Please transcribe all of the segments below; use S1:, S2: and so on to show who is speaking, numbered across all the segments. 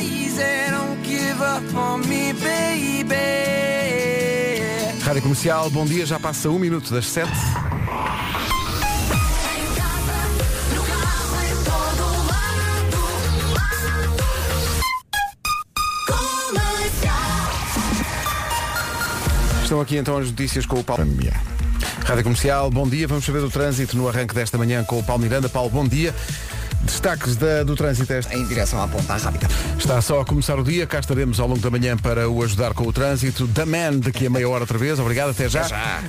S1: easy, don't give up on me, baby.
S2: Rádio Comercial, bom dia, já passa um minuto das sete. Estão aqui então as notícias com o Paulo. Rádio Comercial, bom dia, vamos saber do trânsito no arranque desta manhã com o Paulo Miranda. Paulo, bom dia. Destaques da- do trânsito a esta
S3: Em direção à Ponta Rápida.
S2: Está só a começar o dia, cá estaremos ao longo da manhã para o ajudar com o trânsito. Da Man, daqui a meia hora outra vez, obrigado, até já.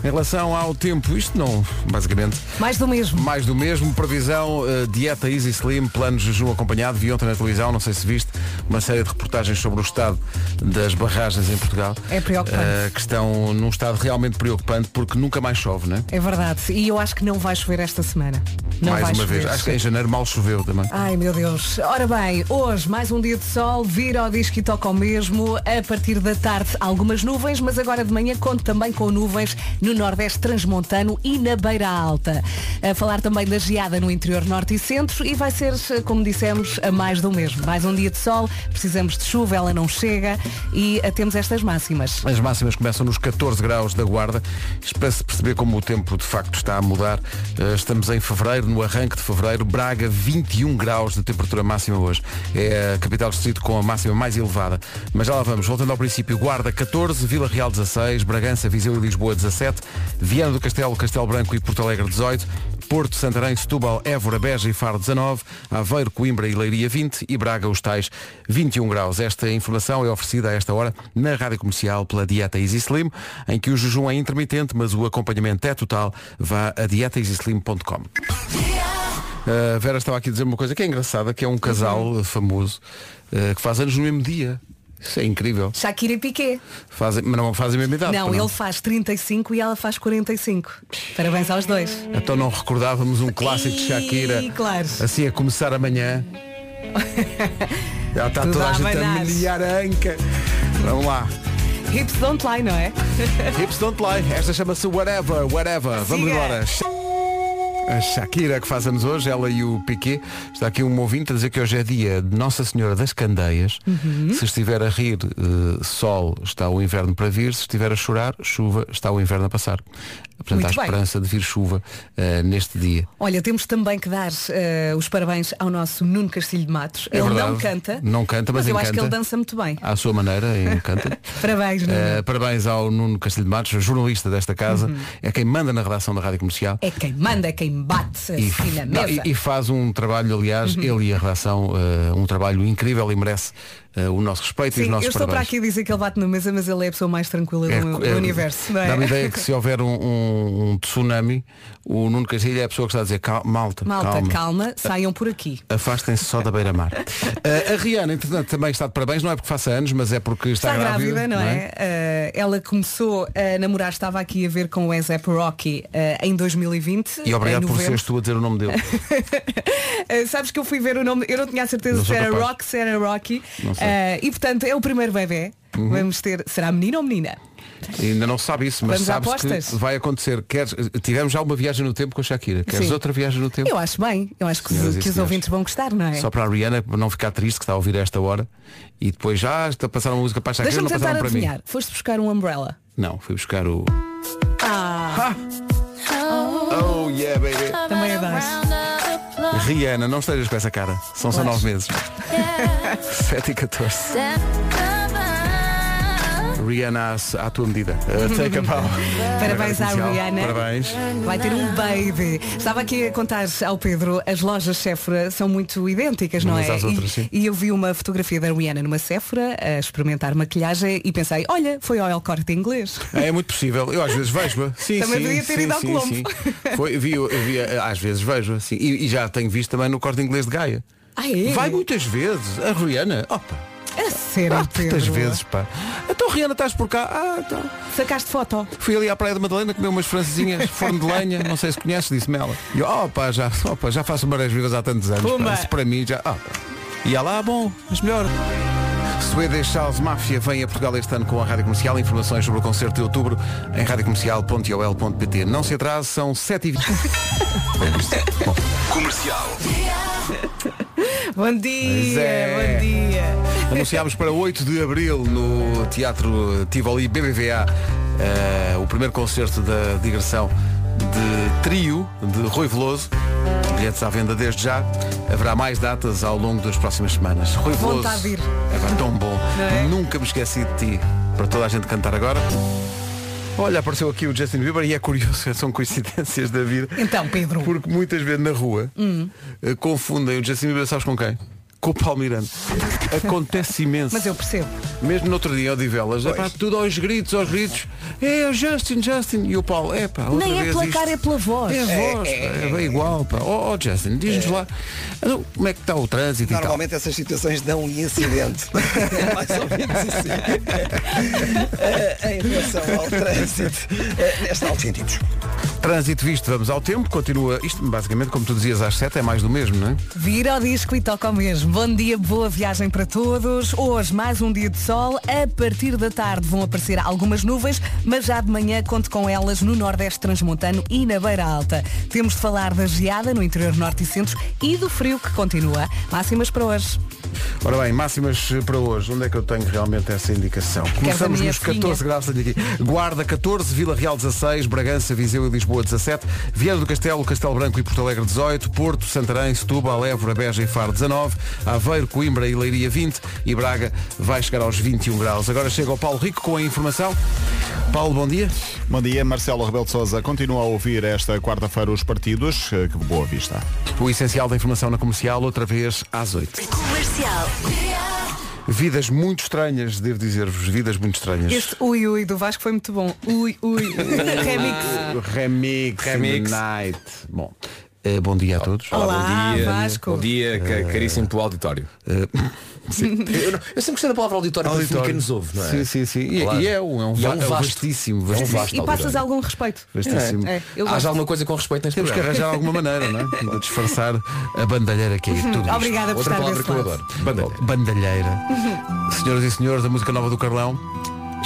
S2: Em relação ao tempo, isto não, basicamente,
S4: Mais do mesmo.
S2: mais do mesmo. Previsão, eh, dieta Easy Slim, plano jejum acompanhado. Vi ontem na televisão, não sei se viste, uma série de reportagens sobre o estado das barragens em Portugal.
S4: É preocupante.
S2: Eh, que estão num estado realmente preocupante porque nunca mais chove, né?
S4: É verdade. E eu acho que não vai chover esta semana. Não
S2: mais
S4: vai
S2: uma
S4: chover.
S2: vez. Acho que em janeiro mal choveu também.
S4: Ai meu Deus. Ora bem, hoje mais um dia de sol, vira ao disco e toca o mesmo. A partir da tarde algumas nuvens, mas agora de manhã conto também com nuvens no Nordeste Transmontano e na Beira Alta. A falar também da geada no interior norte e centro e vai ser, como dissemos, a mais do mesmo. Mais um dia de sol, precisamos de chuva, ela não chega e eh, temos estas máximas.
S2: As máximas começam nos 14 graus da guarda. Isto Para se perceber como o tempo de facto está a mudar, eh, estamos em fevereiro, no arranque de fevereiro, Braga 21 graus de temperatura máxima hoje. É a capital do distrito com a máxima mais elevada. Mas já lá vamos, voltando ao princípio, Guarda 14, Vila Real 16, Bragança, Viseu e Lisboa 17, Viana do Castelo, Castelo Branco e Porto Alegre 18, Porto, Santarém, Setúbal, Évora, Beja e Faro 19, Aveiro, Coimbra e Leiria 20 e Braga, os tais 21 graus. Esta informação é oferecida a esta hora na Rádio Comercial pela Dieta Easy Slim, em que o jejum é intermitente, mas o acompanhamento é total. Vá a dietaeasyslim.com. A Ah, Vera estava aqui a dizer uma coisa que é engraçada, que é um casal
S4: Uhum.
S2: eh, famoso eh, que faz anos no mesmo dia. Isso é incrível.
S4: Shakira e Piqué.
S2: Fazem, mas não fazem a mesma idade.
S4: Não,
S2: pois
S4: ele faz 35 e ela faz 45. Parabéns aos dois.
S2: Então não recordávamos um clássico de Shakira.
S4: Ih, claro.
S2: Assim a começar amanhã. Já está
S4: Tudo
S2: toda
S4: a
S2: a gente a
S4: abanar.
S2: melhor a anca. Vamos lá.
S4: Hips don't lie, não é?
S2: Hips don't lie. Esta chama-se Whatever, Whatever. Vamos
S4: Siga.
S2: embora. A Shakira que fazemos hoje, ela e o Piqué. Está aqui um ouvinte a dizer que hoje é dia de Nossa Senhora das Candeias.
S4: Uhum.
S2: Se estiver a rir, eh, sol, está o inverno para vir. Se estiver a chorar, chuva, está o inverno a passar. Portanto,
S4: Muito
S2: há
S4: bem.
S2: esperança de vir chuva eh, neste dia.
S4: Olha, temos também que dar eh, os parabéns ao nosso Nuno Castilho de Matos.
S2: É
S4: ele não
S2: verdade.
S4: canta.
S2: Não canta, mas
S4: eu acho
S2: encanta.
S4: que ele dança muito bem.
S2: à sua maneira, encanta.
S4: Parabéns, Nuno.
S2: Eh, parabéns ao Nuno Castilho de Matos, jornalista desta casa,
S4: Uhum.
S2: é quem manda na redação da Rádio Comercial.
S4: É quem manda, é quem bate assim na
S2: não,
S4: mesa. Uhum.
S2: e- e faz um trabalho, aliás, ele e a redação, eh, um trabalho incrível e merece eh, o nosso respeito e os
S4: Sim, eu
S2: nossos
S4: estou para
S2: parabéns.
S4: aqui a dizer que ele bate na mesa, mas ele é a pessoa mais tranquila do, do
S2: É- é-
S4: universo. não é?
S2: Dá-me ideia que se houver um, um- um tsunami, o Nuno Castilho é a pessoa que está a dizer "Cal- malta,
S4: Malta,
S2: calma.
S4: calma. saiam por aqui.
S2: Afastem-se só da beira-mar. Eh, a Rihanna, entretanto, também está de parabéns, não é porque faça anos, mas é porque está,
S4: Está, grávida, não, é? Eh, ela começou a namorar, estava aqui a ver com o Ezep Rocky eh, em 2020.
S2: E obrigado
S4: em
S2: por
S4: novembro.
S2: seres tu a dizer o nome dele.
S4: Uh, sabes que eu fui ver o nome, eu não tinha a certeza
S2: Não
S4: se
S2: sou
S4: era
S2: capaz.
S4: Rock, se era Rocky.
S2: Não sei. Uhum.
S4: Uh, e portanto é o primeiro bebê. Vamos ter. Será menino ou menina?
S2: Ainda não se sabe isso, mas
S4: Vamos a
S2: sabes
S4: apostas?
S2: que vai acontecer. Queres, eh, tivemos já uma viagem no tempo com a Shakira. Queres
S4: Sim.
S2: outra viagem no tempo?
S4: Eu acho bem. Eu acho que, os-
S2: Senhoras e
S4: que os
S2: senhores.
S4: ouvintes vão gostar, não é?
S2: Só para a Rihanna para não ficar triste que está a ouvir a esta hora e depois já está a passar uma música para a Shakira não
S4: Deixa-me tentar
S2: passaram para mim.
S4: adivinhar. Foste buscar um umbrella.
S2: Não, fui buscar o. Ah. Oh yeah, baby.
S4: Também é das.
S2: Rihanna, não estejas com essa cara. São só nove meses. 7 e 14. Rihanna à- à tua medida. Uh, take a bow.
S4: Parabéns à
S2: Comercial.
S4: Rihanna.
S2: Parabéns.
S4: Vai ter um baby. Estava aqui a contar ao Pedro, as lojas Sephora são muito idênticas, não
S2: Umas
S4: é?
S2: às
S4: E-
S2: outras, sim.
S4: e, eu vi uma fotografia da Rihanna numa Sephora a experimentar maquilhagem e pensei, olha, foi ao El Corte Inglês.
S2: É muito possível. Eu às vezes vejo-a. Sim,
S4: Também
S2: sim,
S4: devia ter
S2: sim,
S4: ido ao
S2: sim,
S4: Colombo.
S2: sim. Foi, vi, eu vi, eh, às vezes vejo assim. E, e já tenho visto também no corte inglês de Gaia.
S4: Ah, é?
S2: Vai muitas vezes. A Rihanna. Opa.
S4: A sério,
S2: Ah,
S4: Pedro. é?
S2: muitas vezes, pá. Então Rihanna estás por cá. Ah, tá.
S4: Sacaste foto.
S2: Fui ali à Praia da Madalena comer umas francesinhas, forno de lenha, não sei se conheces, disse-me ela. E eu, oh pá, já, oh, pá, já faço marés vivas há tantos anos.
S4: Pumba.
S2: pá. Isso para mim já. ah. E ela, ah, bom, mas melhor. Swedish House Mafia vem a Portugal este ano com a Rádio Comercial. Informações sobre o concerto de outubro em radiocomercial.ol.pt. Não se atrase, são 7h20.
S4: Bom
S2: Pois
S4: dia,
S2: é.
S4: bom dia.
S2: Anunciámos para 8 de Abril no Teatro Tivoli BBVA eh, o primeiro concerto da digressão de trio de Rui Veloso. Bilhetes à venda desde já. Haverá mais datas ao longo das próximas semanas. Rui Veloso
S4: Vontade de ir.
S2: é pá, tão bom.
S4: Não é?
S2: Nunca me esqueci de ti. Para toda a gente cantar agora. Olha, apareceu aqui o Justin Bieber e é curioso, são coincidências da vida.
S4: Então, Pedro.
S2: Porque muitas vezes na rua
S4: Hum.
S2: eh, confundem o Justin Bieber, sabes com quem? Com o Palmirante. Acontece imenso.
S4: Mas eu percebo.
S2: Mesmo no outro dia, ao Divelas, é pá, tudo aos gritos, aos gritos. É o Justin, Justin. E o Paulo, é pá, outra
S4: Nem é
S2: vez
S4: pela
S2: isto.
S4: cara, é pela voz.
S2: É a voz, pá, é, bem igual, pá. Ó ó, Justin, diz-nos lá então, como é que está o trânsito e
S4: Tá
S2: tal.
S3: Normalmente essas situações dão um incidente. É mais ou menos assim. Eh, em relação ao trânsito, eh, nesta altura sentidos.
S2: Trânsito visto, vamos ao tempo, continua isto, basicamente, como tu dizias às 7, é mais do mesmo, não é?
S4: Vira o disco e toca o mesmo. Bom dia, boa viagem para todos. Hoje mais um dia de sol. A partir da tarde vão aparecer algumas nuvens, mas já de manhã conto com elas no Nordeste Transmontano e na Beira Alta. Temos de falar da geada no interior norte e centro e do frio que continua. Máximas para hoje.
S2: Ora bem, máximas eh, para hoje. Onde é que eu tenho realmente essa indicação? Começamos
S4: minha
S2: nos
S4: filha.
S2: 14 graus, tenho aqui. Guarda 14, Vila Real 16, Bragança, Viseu e Lisboa 17, Vieira do Castelo, Castelo Branco e Porto Alegre 18, Porto, Santarém, Setúbal, Évora, Beja e Faro 19, Aveiro, Coimbra e Leiria 20 e Braga vai chegar aos 21 graus. Agora chega o Paulo Rico com a informação. Paulo, bom dia.
S5: Bom dia, Marcelo Rebelo de Sousa continua a ouvir esta quarta-feira os partidos, eh, que boa vista.
S2: O essencial da informação na comercial, outra vez às 8.
S6: Comercial.
S2: Vidas muito estranhas, devo dizer-vos, vidas muito estranhas.
S4: Este ui ui do Vasco foi muito bom. Ui ui. Remix.
S2: Remix,
S7: Remix.
S2: Night. Bom, eh, bom dia a todos.
S4: Olá,
S7: bom dia,
S4: Vasco.
S7: Bom dia, ca- caríssimo pelo auditório. Eh, eu, não- eu sempre gostei da palavra auditório, porque
S2: Auditório.
S7: quem nos ouve, não é?
S2: Sim, sim, sim. E,
S7: Claro.
S2: e é um, é um,
S7: E
S2: va- é um vastíssimo,
S7: É um
S2: vastíssimo.
S7: vasto
S4: E passas
S7: auditório.
S4: algum respeito.
S2: vastíssimo.
S4: É, eu
S7: Há já
S4: gosto.
S7: alguma coisa com respeito neste
S2: Temos que
S7: programa?
S2: arranjar alguma maneira, não é? De disfarçar a bandalheira que é tudo isto.
S4: Uhum. Obrigada por
S7: Outra
S4: estar
S7: palavra
S4: desse
S7: que eu
S4: lado. Uhum.
S7: adoro.
S2: Bandalheira. Senhoras e senhores, a música nova do Carlão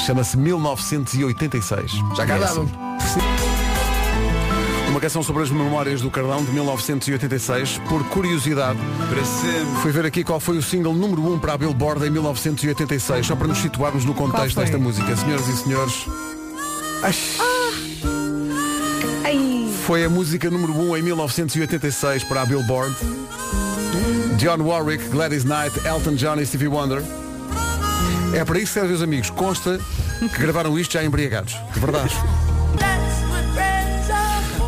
S2: chama-se 1986.
S7: Já cá andava.
S2: Uma canção sobre as memórias do Carlão de 1986. Por curiosidade, fui ver aqui qual foi o single número 1 para a Billboard em 1986, só para nos situarmos no contexto
S4: foi?
S2: desta música. Senhoras e senhores, ai,
S4: Ai.
S2: foi a música número 1 em 1986 para a Billboard. John Warwick, Gladys Knight, Elton John e Stevie Wonder. É para isso que servem os amigos. Consta que gravaram isto já embriagados. De verdade.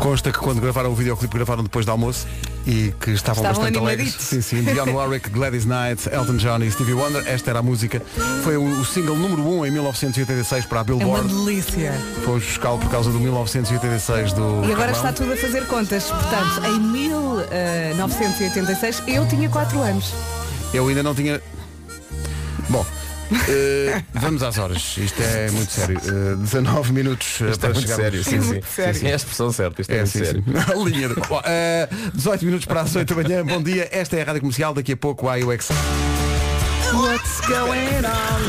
S2: Consta que quando gravaram o videoclipe gravaram depois do almoço e que estavam,
S4: Estavam
S2: bastante alegres.
S4: animaditos.
S2: Sim, sim. Dionne Warwick, Gladys Knight, Elton John e Stevie Wonder. Esta era a música. Foi o, o single número 1 um em 1986 para a
S7: um
S4: É uma
S2: Billboard.
S4: delícia.
S2: Foi buscá-lo por causa do 1986 do.
S4: E agora
S2: Carlão.
S4: está tudo a fazer contas. Portanto, em eh, 1986 eu tinha 4 anos.
S2: Eu ainda não tinha. Bom. eh, vamos às horas, isto é muito sério. Eh, 19 minutos eh,
S7: Isto é
S2: para
S7: muito sério,
S2: chegarmos-
S7: sim, sim.
S4: sério.
S7: Sim, sim, É a expressão certa, isto é,
S2: É,
S7: muito
S2: sim,
S7: sério.
S2: sim. A linha de- Bom, eh, 18 minutos para as 8 da manhã, bom dia, esta é a Rádio Comercial, daqui a pouco há É o Excel.
S4: What's going on?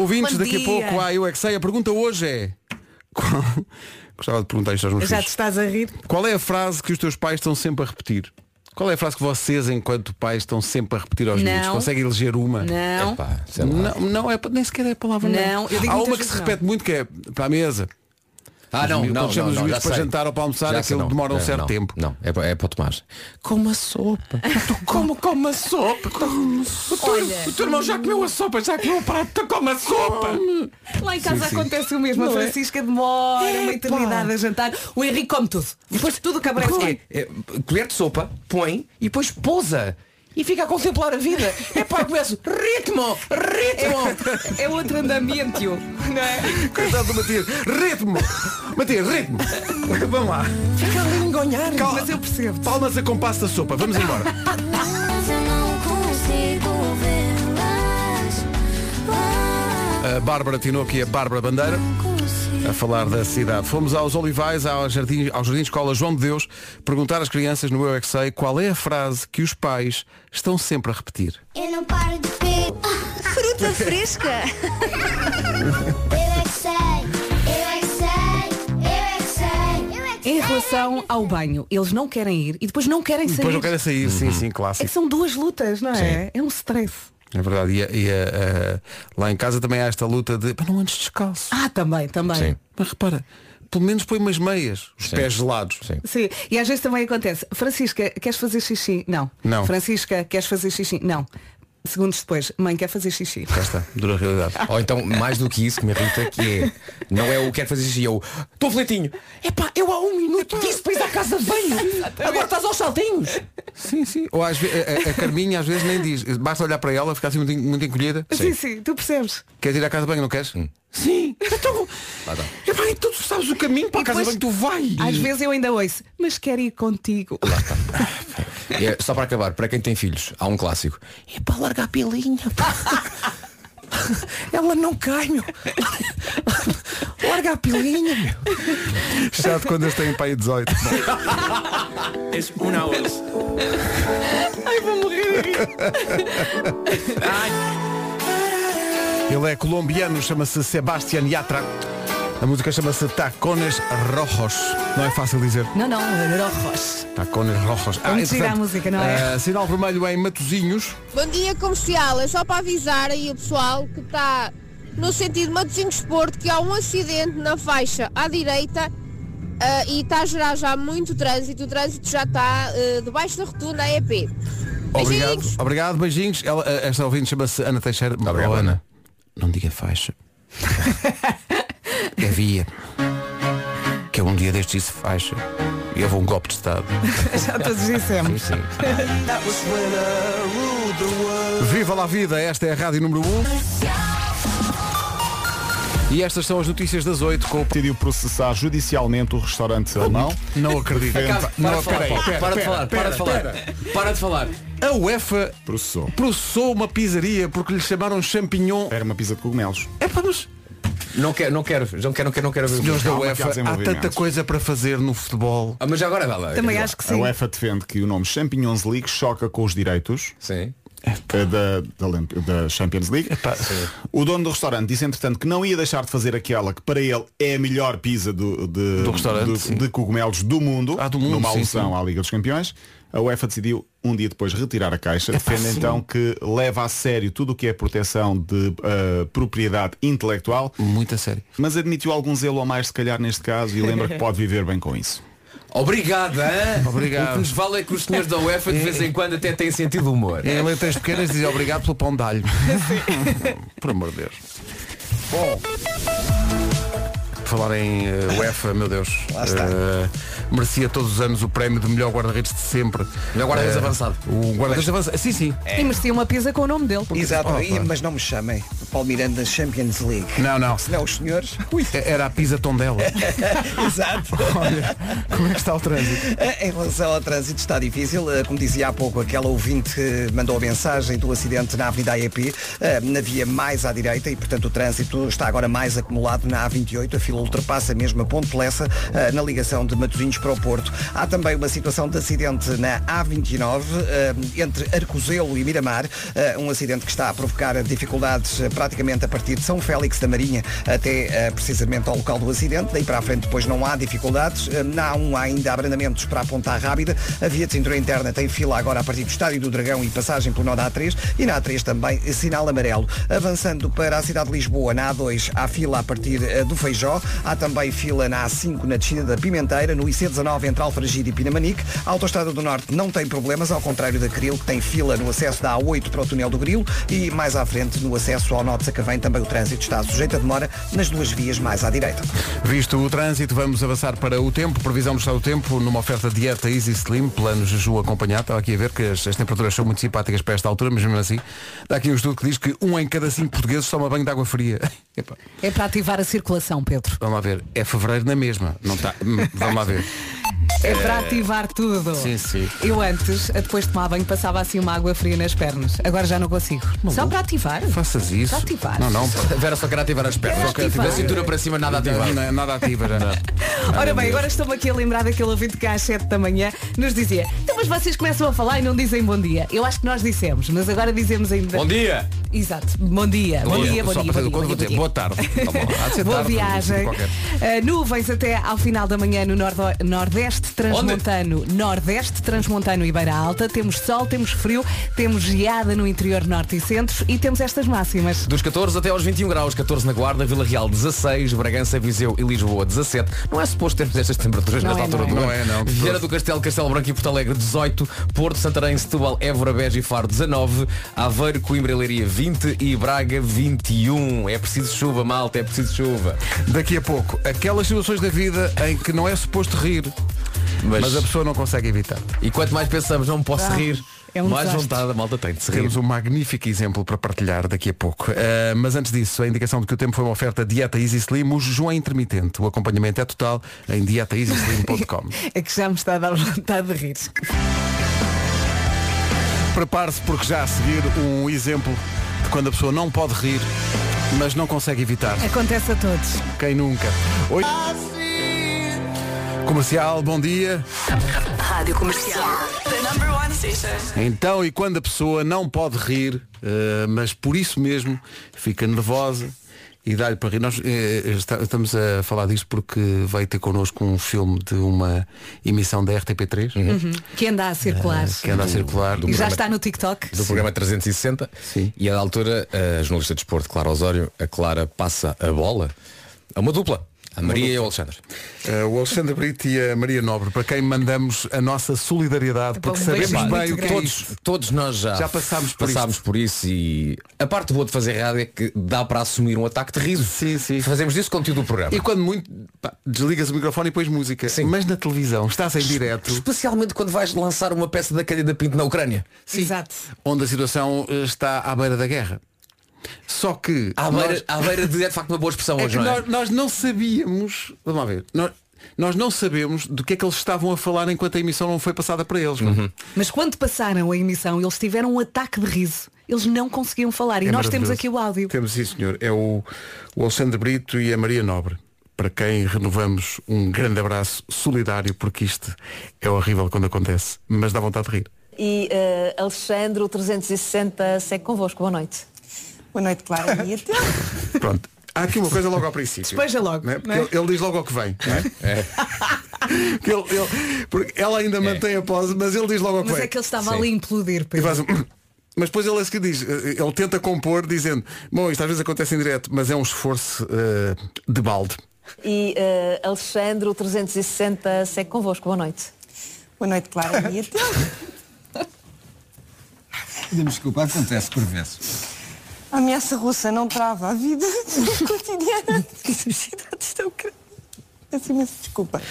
S2: Ouvintes,
S4: Bom
S2: daqui a
S4: dia.
S2: pouco há o Excel. A pergunta hoje é. Qual... Gostava de perguntar isto aos meus
S4: Já te
S2: filhos.
S4: estás a rir?
S2: Qual é a frase que os teus pais estão sempre a repetir? Qual é a frase que vocês, enquanto pais, estão sempre a repetir aos
S4: Não.
S2: miúdos? Conseguem eleger uma?
S4: Não.
S7: Epá, sei lá.
S2: Não, não é, pa- nem sequer é a palavra
S4: Não, eu digo
S2: Há
S4: muitas
S2: uma que se
S4: vezes não.
S2: repete muito que é para a mesa.
S7: Ah, não,
S2: Quando
S7: não,
S2: chamamos
S7: não,
S2: os
S7: não,
S2: miúdos
S7: já
S2: para
S7: sei.
S2: jantar ou para almoçar,
S7: Já sei,
S2: aquilo
S7: não,
S2: demora um
S7: não,
S2: certo
S7: não,
S2: tempo.
S7: Não, é para, é para o Tomás. Como a sopa. Tu como, como a sopa. O teu,
S4: Olha.
S7: o teu irmão já comeu a sopa, já comeu o prato, tu como a sopa.
S4: Lá em casa acontece o mesmo. a Francisca demora uma eternidade a jantar. O Henrique come tudo. Depois tudo que aparece.
S7: Põe. É, colher de sopa, põe e depois pousa. E fica a contemplar a vida. É pá, começo. Ritmo! Ritmo!
S4: É, é outro andamento. Não é?
S2: Coitado do Matias. Ritmo! Matias, ritmo! Vamos lá.
S7: Fica ali a engonhar.
S4: Mas eu percebo.
S2: Palmas a compasso da sopa. Vamos embora.
S6: Mas eu não consigo vê-las. Ah,
S2: A Bárbara Tinoco e a Bárbara Bandeira.
S6: consigo.
S2: a falar da cidade. Fomos aos Olivais, ao Jardim, ao jardim Escola João de Deus, perguntar às crianças no Eu é Que Sei qual é a frase que os pais estão sempre a repetir.
S6: Eu não paro de ver.
S8: Fruta fresca.
S6: Eu é que sei. Eu é que sei. Eu é que sei. Eu é que sei.
S4: Em relação ao banho, eles não querem ir e depois não querem sair.
S2: Uhum. Depois não querem sair, sim, sim,
S4: É que
S2: clássico.
S4: são duas lutas, não é? É um stress.
S2: É verdade. E, a- e a- a- lá em casa também há esta luta de "Pá, não andes descalço.
S4: Ah, também, também.
S9: Sim.
S2: Mas repara, pelo menos põe umas meias, os
S9: Sim.
S2: pés gelados.
S9: Sim.
S4: Sim, e às vezes também acontece. Francisca, queres fazer xixi? Não.
S2: Não.
S4: Francisca, queres fazer xixi? Não. Segundos depois, mãe, quer fazer xixi?
S2: Cá está, dura realidade.
S9: Ou então, mais do que isso que me irrita, que é, não é o quero fazer
S2: assim,
S9: xixi, eu estou fletinho.
S7: É
S9: Epá, eu há um minuto disse para ir à casa de banho. Agora estás aos saltinhos.
S2: Sim, sim. Ou às ve- a, a- a Carminha às vezes nem diz. Basta olhar para ela, ficar assim muito, en- muito encolhida.
S4: Sim, sim, tu percebes.
S2: Queres ir à casa de banho, não queres? Sim. Então, é bem, tu sabes o caminho para a casa de banho, tu vai.
S4: Às vezes eu ainda ouço, mas quero ir contigo.
S9: É, só para acabar, para quem tem filhos, há um clássico. É para largar a pilinha. pá. Ela não cai, meu. Larga a pilinha, meu.
S2: Chato quando eles têm pai 18.
S7: Es una voz.
S2: Ele é colombiano, chama-se Sebastián Yatra. A música chama-se Tacones Rojos. Não é fácil dizer.
S4: Não, é não, rojos.
S2: Tacones Rojos.
S4: muito
S2: entretanto,
S4: gira a música, não é?
S2: ah, sinal vermelho em Matozinhos.
S10: Bom dia comercial, é só para avisar aí o pessoal que está no sentido Matosinhos Porto que há um acidente na faixa à direita ah, e está a gerar já muito trânsito, o trânsito já está ah, debaixo da rotunda AEP.
S2: Obrigado,
S10: Beijinhos.
S2: obrigado, beijinhos. Ela, ah, esta ouvinte chama-se Ana Teixeira.
S9: Obrigado,
S2: Oh,
S9: Ana.
S2: Não diga faixa. é via. Que eu um dia destes disse faixa. E houve um golpe de Estado.
S4: Já todos dissemos.
S2: Viva lá a vida, esta é a Rádio Número 1. E estas são as notícias das 8 com o
S5: Decidiu processar judicialmente o restaurante alemão.
S2: Não acredito.
S7: Acaba, para, de falar,
S5: peraí, pera,
S7: para de falar, para de falar, para de falar.
S2: A UEFA
S5: Processou.
S2: processou uma pizzaria porque lhe chamaram champignon.
S5: Era uma pizza de cogumelos.
S2: É pá, mas
S7: Não quero, não quero, não quero, não quero, não quero ver.
S2: senhores da
S5: calma que há
S2: UEFA, há
S5: desenvolvimento.
S2: tanta coisa para fazer no futebol.
S7: Ah, mas já agora vai lá.
S4: Também acho que
S5: A
S4: sim.
S5: UEFA defende que o nome Champions League choca com os direitos
S7: Sim.
S5: eh, da, da Lamp- da Champions League. O dono do restaurante disse, entretanto, que não ia deixar de fazer aquela que para ele é a melhor pizza do, de,
S2: Do restaurante,
S5: do-
S2: sim.
S5: de cogumelos do mundo,
S2: Ah, do mundo,
S5: numa
S2: sim,
S5: alusão à Liga dos Campeões. A UEFA decidiu um dia depois retirar a caixa, defende então que leva a sério tudo o que é proteção de eh, propriedade intelectual,
S2: Muito a sério.
S5: mas admitiu algum zelo a mais se calhar neste caso e lembra que pode viver bem com isso.
S7: Obrigado, hã?
S2: Obrigado.
S7: O que nos vale é que os senhores da UEFA de vez em quando até têm sentido de humor.
S9: É.
S2: Em letras pequenas diz obrigado pelo pão de alho. Por amor de Deus. Bom. Falar em eh, UEFA, meu Deus. Eh, merecia todos os anos o prémio de melhor guarda-redes de sempre.
S7: Melhor guarda-redes
S2: Eh,
S7: avançado.
S2: O guarda-redes avançado. Sim, sim.
S4: E merecia uma pizza com o nome dele.
S3: Exato,
S2: Opa.
S3: e- mas não me chamem. Paulo Miranda Champions League.
S7: É.
S2: Não, não. É,
S3: Não, os senhores.
S2: Era a pisa tondela.
S3: Exato.
S2: Olha, como é que está o trânsito?
S3: Eh, Em relação ao trânsito está difícil, Eh, como dizia há pouco, aquela ouvinte que mandou a mensagem do acidente na Avenida AEP, eh, na via mais à direita e portanto o trânsito está agora mais acumulado na A28, a fila ultrapassa mesmo a Ponte Lessa eh, na ligação de Matosinhos para o Porto. Há também uma situação de acidente na A29 eh, entre Arcozelo e Miramar, eh, um acidente que está a provocar dificuldades eh, praticamente a partir de São Félix da Marinha até eh, precisamente ao local do acidente, daí para a frente depois não há dificuldades, Eh, na A1 há ainda abrandamentos para a Ponta Rábida, a via de cintura interna tem fila agora a partir do Estádio do Dragão e passagem pelo Noda A3 e na A3 também eh, sinal amarelo. Avançando para a cidade de Lisboa, na A2 há fila a partir eh, do Feijó, há também fila na A5 na descida da Pimenteira, no IC19 entre Alfragide e Pinamanique, a Autostrada do Norte não tem problemas, ao contrário da Cril, que tem fila no acesso da A8 para o túnel do Grilo e mais à frente no acesso ao Norte Sacavém também o trânsito está sujeito a demora nas duas vias mais à direita.
S2: Visto o trânsito, vamos avançar para o tempo. Previsão do estado do tempo numa oferta dieta Easy Slim, plano jejum acompanhado. Estava aqui a ver que as, as temperaturas são muito simpáticas para esta altura, mas mesmo assim, dá aqui um estudo que diz que um em cada cinco portugueses toma banho de água fria. Epá,
S4: É para ativar a circulação, Pedro.
S2: vamos lá ver. É fevereiro na mesma. Não tá, hum, vamos lá ver.
S4: É para ativar tudo.
S2: Sim, sim.
S4: Eu antes, a depois de tomar banho, passava assim uma água fria nas pernas. Agora já não consigo. Só para ativar.
S2: Faças isso.
S4: Para Tá ativar.
S2: Não, não.
S7: A Vera só quer ativar as pernas.
S4: Quero
S7: Só quer ativar. Da
S4: ativar.
S7: cintura para cima nada ativado.
S2: Nada, é nada ativa já.
S4: Ora bem, agora estou-me aqui a lembrar daquele ouvinte que às 7 da manhã nos dizia Então mas vocês começam a falar e não dizem bom dia Eu acho que nós dissemos, mas agora dizemos ainda
S7: Bom dia!
S4: Exato, bom dia, bom dia, bom
S2: Só
S4: dia,
S2: para
S4: bom
S2: saber quando vou
S4: dia, bom
S2: dizer
S4: dia.
S2: boa tarde. Tá bom. Há de ser
S4: Boa
S2: tarde,
S4: viagem. Eh,
S2: qualquer.
S4: Uh, nuvens até ao final da manhã no nordo- nordeste Nordeste Transmontano, Nordeste Transmontano e Beira Alta, temos sol, temos frio, temos geada no interior norte e centro e temos estas máximas.
S9: Dos 14 até aos 21 graus, 14 na Guarda, Vila Real 16, Bragança, Viseu e Lisboa 17. Não é suposto termos estas temperaturas
S2: Não
S9: nesta
S2: é,
S9: altura
S2: não é.
S9: do ano.
S2: Não é, não.
S9: Vieira do Castelo, Castelo Branco e Porto Alegre 18, Porto, Santarém, Setúbal, Évora, Beja e Faro 19, Aveiro, Coimbra e Leiria 20 e Braga 21. É preciso chuva, malta, é preciso chuva.
S2: Daqui a pouco, aquelas situações da vida em que não é suposto rir, mas,
S9: Mas-
S2: a pessoa não consegue evitar.
S9: E quanto mais pensamos, não posso
S4: Ah,
S9: rir,
S4: é um
S9: mais
S4: desastre.
S9: vontade a malta tem de se rir.
S2: Temos um magnífico exemplo para partilhar daqui a pouco. Eh, mas antes disso, a indicação de que o tempo foi uma oferta Dieta Easy Slim, o jejum é intermitente. O acompanhamento é total em dietaeasyslim.com.
S4: É que já me está a dar vontade de rir.
S2: Prepare-se porque já a seguir um exemplo de quando a pessoa não pode rir, mas não consegue evitar.
S4: Acontece a todos.
S2: Quem nunca? Oi. Comercial, bom dia.
S11: Rádio Comercial. The number one station.
S2: Então, e quando a pessoa não pode rir, eh, mas por isso mesmo fica nervosa e dá-lhe para rir. Nós eh, esta- estamos a falar disto porque veio ter connosco um filme de uma emissão da RTP3
S4: Uhum. Que anda a circular.
S2: que anda a circular.
S4: E já está no TikTok.
S9: do programa 360 e a da altura a jornalista de esporte Clara Osório a Clara passa a bola a uma dupla a Maria e o Alexandre
S2: Eh, o Alexandre Brito e a Maria Nobre, para quem mandamos a nossa solidariedade, porque
S4: um
S2: sabemos
S4: beijinho
S2: bem
S4: muito
S2: o que é
S4: grande.
S2: isto.
S9: todos, todos nós já,
S2: Já passámos por
S9: passámos por isso e a parte boa de fazer rádio é que dá para assumir um ataque de riso
S2: Sim, sim.
S9: fazemos disso conteúdo do programa
S2: E quando muito, pá, desligas o microfone e pões música.
S9: Sim.
S2: Mas na televisão, estás em direto,
S9: especialmente quando vais lançar uma peça da Cândida Pinto na Ucrânia
S4: Exato.
S2: onde a situação eh, está à beira da guerra. Só que
S9: à beira,
S2: nós-
S9: à beira de é de facto uma boa expressão
S2: É
S9: hoje
S2: que
S9: não é?
S2: nós, nós não sabíamos, vamos lá ver, nós, nós não sabemos do que é que eles estavam a falar enquanto a emissão não foi passada para eles. não é?
S9: Uhum.
S4: Mas quando passaram a emissão, eles tiveram um ataque de riso. Eles não conseguiam falar. E
S2: É
S4: nós temos
S2: maravilhoso.
S4: aqui o áudio.
S2: Temos sim senhor. É o, o Alexandre Brito e a Maria Nobre. Para quem renovamos um grande abraço solidário, porque isto é horrível quando acontece, mas dá vontade de rir.
S11: E eh, Alexandre, o 360 segue convosco. Boa noite.
S12: Boa noite, Clara. E até...
S2: Pronto. Há aqui uma coisa logo ao princípio.
S4: Despeja logo,
S2: não é? Porque
S4: não é?
S2: Ele, ele diz logo ao que vem. não é? Porque ele- ele- porque ela ainda mantém a pose, mas ele diz logo ao que
S4: Mas
S2: vem.
S4: é que ele estava ali a implodir,
S2: E
S4: Pedro.
S2: faz um... Mas depois ele é que diz, eh, ele tenta compor dizendo, bom, isto às vezes acontece em direto, mas é um esforço eh, de balde.
S11: E eh, Alexandre, o 360 segue convosco. Boa noite.
S12: Boa noite, Clara. E até...
S13: Pedimos desculpa, acontece por vezes.
S12: A ameaça russa não trava a vida cotidiana das cidades da Ucrânia. Peço imensa desculpa.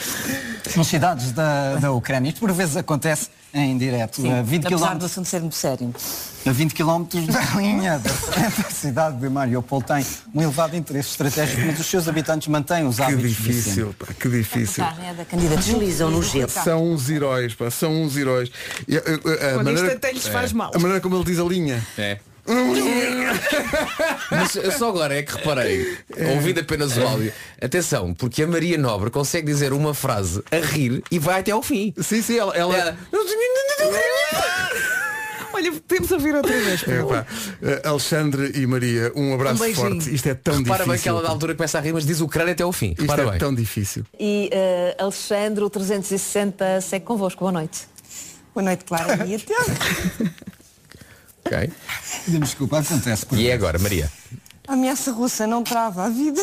S13: Nas cidades da, da Ucrânia, isto por vezes acontece em direto, a 20
S12: apesar do
S13: km,
S12: assunto ser muito sério.
S13: a 20 km da linha da frente, a cidade de Mariupol tem um elevado interesse estratégico, mas os seus habitantes mantêm
S14: Tá
S13: os
S2: Que
S13: hábitos de sempre.
S2: difícil, pá, que difícil.
S11: Tá, né?
S12: é da candidata.
S11: Deslizam no gelo. Tá.
S2: São uns heróis, pá, são uns heróis. E, eh, eh, a,
S4: Quando
S2: maneira,
S4: isto até lhes faz mal.
S2: a maneira como ele diz a linha.
S9: É. Mas eu só agora é que reparei, ouvindo apenas o áudio, atenção, porque a Maria Nobre consegue dizer uma frase a rir e vai até ao fim.
S2: Sim, sim, ela. ela-
S9: É.
S4: Olha, temos a ouvir outra vez.
S2: É, pá. Eh, Alexandre e Maria, um abraço
S4: Um beijinho.
S2: forte. Isto é tão
S9: Repara
S2: difícil.
S9: bem que ela da
S2: pá.
S9: altura começa a rir, mas diz o crânio até ao fim.
S2: Isto
S9: Repara
S2: é
S9: bem.
S2: tão difícil.
S11: E eh, Alexandre, o 360 segue convosco. Boa noite.
S12: Boa noite, Clara. E até...
S9: Ok.
S13: Pedimos desculpa, acontece por
S9: E é agora, Maria.
S12: A ameaça russa não trava a vida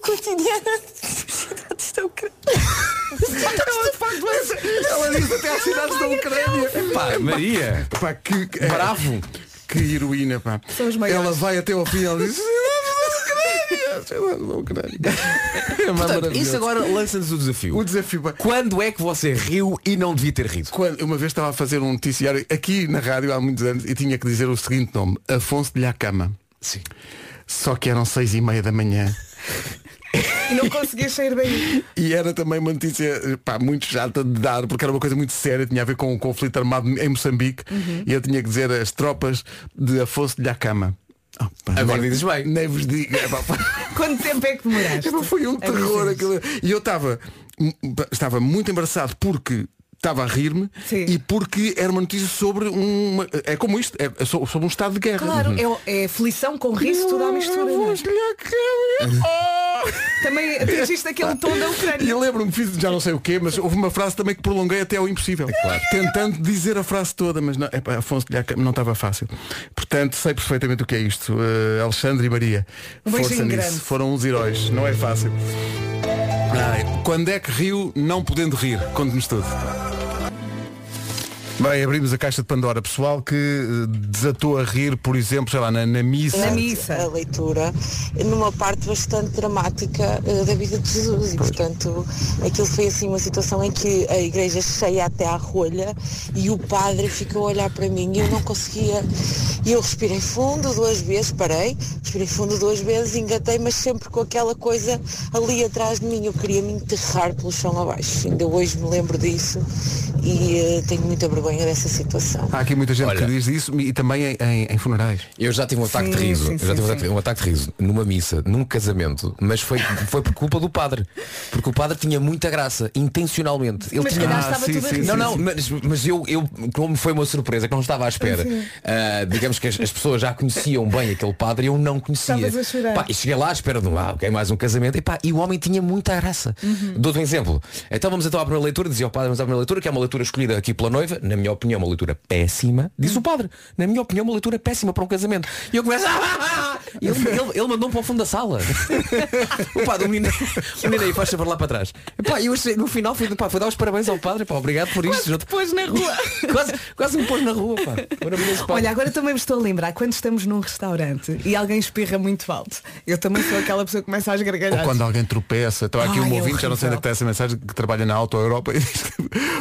S12: cotidiana das cidades da Ucrânia.
S2: Ela diz até às cidades da Ucrânia.
S9: Pá, Maria,
S2: Pá, que, que- é,
S9: bravo.
S2: que heroína, pá.
S4: São os maiores.
S2: Ela vai até ao fim e ela diz. "Cidades da Ucrânia, cidades da Ucrânia." É uma
S9: Portanto,
S2: maravilhoso.
S9: isso agora lança-nos o
S2: O
S9: desafio.
S2: desafio. pá.
S9: Quando é que você riu e não devia ter rido?
S2: Quando, uma vez estava a fazer um noticiário aqui na rádio há muitos anos e tinha que dizer o seguinte nome, Afonso de Lhacama.
S9: Sim.
S2: Só que eram seis e meia da manhã.
S4: E não conseguias sair daí.
S2: E era também uma notícia pá, muito chata de dar, porque era uma coisa muito séria, tinha a ver com um conflito armado em Moçambique
S9: Uhum.
S2: e eu tinha que dizer as tropas de Afonso de Lhacama. Oh, pá,
S9: Agora
S2: nem-
S9: dizes bem.
S2: Nem vos digo. É, pá, foi-
S4: Quanto tempo é que demoraste?
S2: Epá, foi um terror
S4: Avisa-nos.
S2: aquilo. E eu estava m- estava muito embaraçado porque estava a rir-me
S4: Sim.
S2: e porque era uma notícia sobre uma é como isto, é so- sobre um estado de guerra.
S4: Claro, é, é aflição com riso tudo à mistura. não é?
S2: Afonso de Lhacama.
S4: Também atingiste aquele tom da Ucrânia.
S2: E eu lembro-me, fiz já não sei o quê, mas houve uma frase também que prolonguei até ao impossível. Tentando dizer a frase toda, mas não, epá, Afonso Telhaca, não estava fácil. Portanto, sei perfeitamente o que é isto. Eh, Alexandre e Maria,
S4: Um beijinho
S2: força
S4: grande.
S2: nisso. Foram uns heróis, não é fácil. Ai, quando é que riu não podendo rir? Conte-nos tudo. Bem, abrimos a caixa de Pandora pessoal que eh, desatou a rir, por exemplo, sei lá, na, na missa.
S15: A leitura numa parte bastante dramática eh, da vida de Jesus e portanto aquilo foi assim uma situação em que a igreja cheia até à rolha e o padre ficou a olhar para mim e eu não conseguia e eu respirei fundo duas vezes, parei, respirei fundo duas vezes, engatei, mas sempre com aquela coisa ali atrás de mim, eu queria me enterrar pelo chão abaixo, ainda hoje me lembro disso e eh, tenho muita vergonha dessa situação.
S2: Há aqui muita gente que diz isso e também em, em- em funerais.
S9: Eu já tive um ataque de
S2: Sim,
S9: riso.
S2: sim,
S9: eu
S2: sim,
S9: já tive um
S2: sim.
S9: ataque, um ataque de riso numa missa, num casamento, mas foi, foi por culpa do padre. Porque o padre tinha muita graça, intencionalmente. Ele
S4: Mas se
S9: tinha...
S4: calhar Ah, estava sim, tudo a sim, rir. sim,
S9: Não, não,
S4: sim.
S9: mas, mas eu, eu, como foi uma surpresa, que não estava à espera.
S4: Sim.
S9: ah, digamos que as, as pessoas já conheciam bem aquele padre e eu não conhecia.
S4: Estavas a chorar.
S9: Pá, e cheguei lá à espera de um, ah, ok, mais um casamento. E, pá, e o homem tinha muita graça.
S4: Uhum.
S9: Dou-te um exemplo. Então vamos então à primeira leitura, dizia o padre, vamos à primeira leitura, que é uma leitura escolhida aqui pela noiva, na minha opinião, uma leitura péssima. Diz o padre, na minha opinião, uma leitura péssima para um casamento. E eu começo, "Ah, ah, ah!" E ele, ele- ele mandou-me para o fundo da sala. o padre, o menino, o menino aí faz para lá para trás. E, pá, eu achei- no final fui, pá, fui dar os parabéns ao padre, pá, obrigado por isso.
S4: Depois na rua.
S9: quase, quase me pôs na rua, pá. Maravilhoso, pá.
S4: Olha, agora também me estou a lembrar, quando estamos num restaurante e alguém espirra muito alto, eu também sou aquela pessoa que começa a
S2: Ou
S4: esgargalhar.
S2: quando alguém tropeça, então há aqui
S4: Ai,
S2: um
S4: é
S2: ouvinte, já não sei onde
S4: horrível.
S2: é que está essa mensagem, que trabalha na Auto Europa e diz que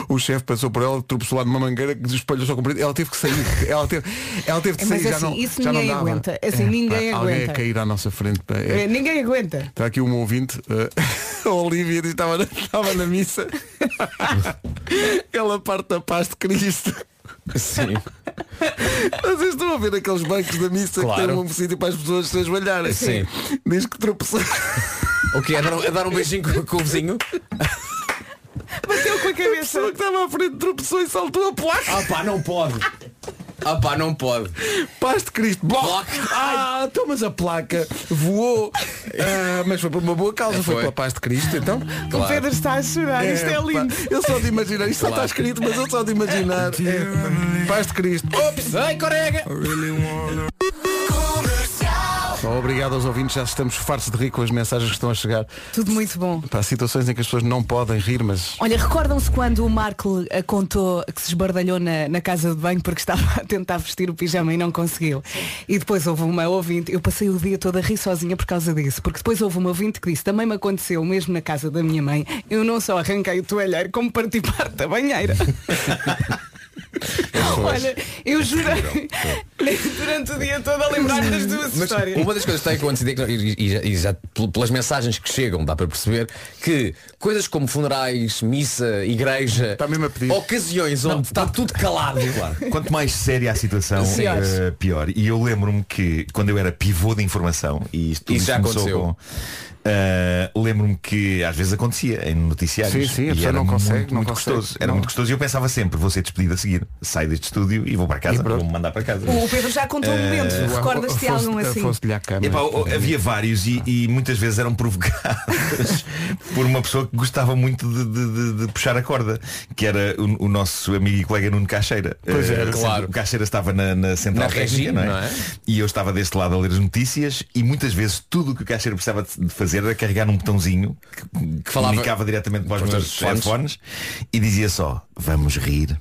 S2: o chefe passou por ela, tropeçou lá numa mangueira que espelhou só comprido, ela teve que sair, ela teve, ela teve que
S4: Mas
S2: sair, já
S4: assim,
S2: não,
S4: isso
S2: já não
S4: ninguém
S2: dava. É,
S4: aguenta, assim, ninguém
S2: pá, Alguém a
S4: aguenta.
S2: cair à nossa frente. pá, é-
S4: Eh, Ninguém aguenta.
S2: Está aqui um ouvinte, eh, a Olivia, diz que estava, na- estava na missa. Ela parte da paz de Cristo.
S9: Sim.
S2: Vocês estão a ver aqueles bancos da missa que
S9: Claro.
S2: têm um sítio para as pessoas se ajoelharem.
S9: Sim.
S2: Diz que tropeçou.
S9: O quê? A dar, um- a dar um beijinho com, com o vizinho?
S4: Bateu com a cabeça. A
S2: pessoa que estava à frente tropeçou e saltou a placa.
S9: Ah pá, não pode. Ah pá, não pode.
S2: Paz de Cristo. Bloco. Ah, então mas a placa voou. Ah, mas foi por uma boa causa, foi,
S9: Foi.
S2: pela paz de Cristo, então.
S4: O Pedro está a chorar, isto é
S2: pá,
S4: lindo.
S2: Eu só de imaginar, isto só está
S4: Claro.
S2: escrito, mas eu só de imaginar. É, paz de Cristo. Ops!
S9: Ai, corega!
S2: Só obrigado aos ouvintes, já estamos fartos de rir com as mensagens que estão a chegar.
S4: Tudo muito bom.
S2: Para situações em que as pessoas não podem rir, mas.
S4: Olha, recordam-se quando o Marco eh, contou que se esbardalhou na, na casa de banho porque estava a tentar vestir o pijama e não conseguiu. E depois houve uma ouvinte, eu passei o dia todo a rir sozinha por causa disso, porque depois houve uma ouvinte que disse, também me aconteceu mesmo na casa da minha mãe, eu não só arranquei o toalheiro como parti parte da banheira. Olha, eu jurei durante o dia todo a lembrar-me das duas
S9: Mas
S4: histórias.
S9: uma das coisas que tem acontecido é que, e, e já- e já pel- pelas mensagens que chegam dá para perceber que coisas como funerais, missa, igreja, ocasiões onde está tudo calado.
S16: Quanto mais séria a situação,
S9: Sim.
S16: eh, pior. E eu lembro-me que quando eu era pivô de informação, e isto,
S9: Isso
S16: isto
S9: já
S16: começou
S9: aconteceu.
S16: com. eh, Lembro-me que às vezes acontecia em noticiários
S2: Sim, sim, a
S16: e
S2: pessoa
S16: era
S2: não consegue,
S16: muito,
S2: não
S16: muito
S2: consegue.
S16: gostoso Era
S2: Não.
S16: muito gostoso e eu pensava sempre Vou ser despedido a seguir, saio deste estúdio e vou para casa Vou-me mandar para casa
S4: O Pedro já contou um momento,
S16: Eh,
S4: recordas-te de algum assim?
S16: Epá, o- havia vários e, e muitas vezes eram provocadas por uma pessoa que gostava muito de, de- de- de puxar a corda, que era o, o nosso amigo e colega Nuno Caixeira.
S9: Pois é,
S16: Eh,
S9: claro.
S16: O Caixeira estava na, na central
S9: Na
S16: técnica,
S9: regi,
S16: não é?
S9: não é?
S16: E eu estava deste lado a ler as notícias e muitas vezes tudo o que o Caixeira precisava de de fazer era carregar num botãozinho que, que
S9: falava-
S16: comunicava diretamente para os
S9: Para os
S16: meus
S9: telefones.
S16: telefones e dizia só, vamos rir.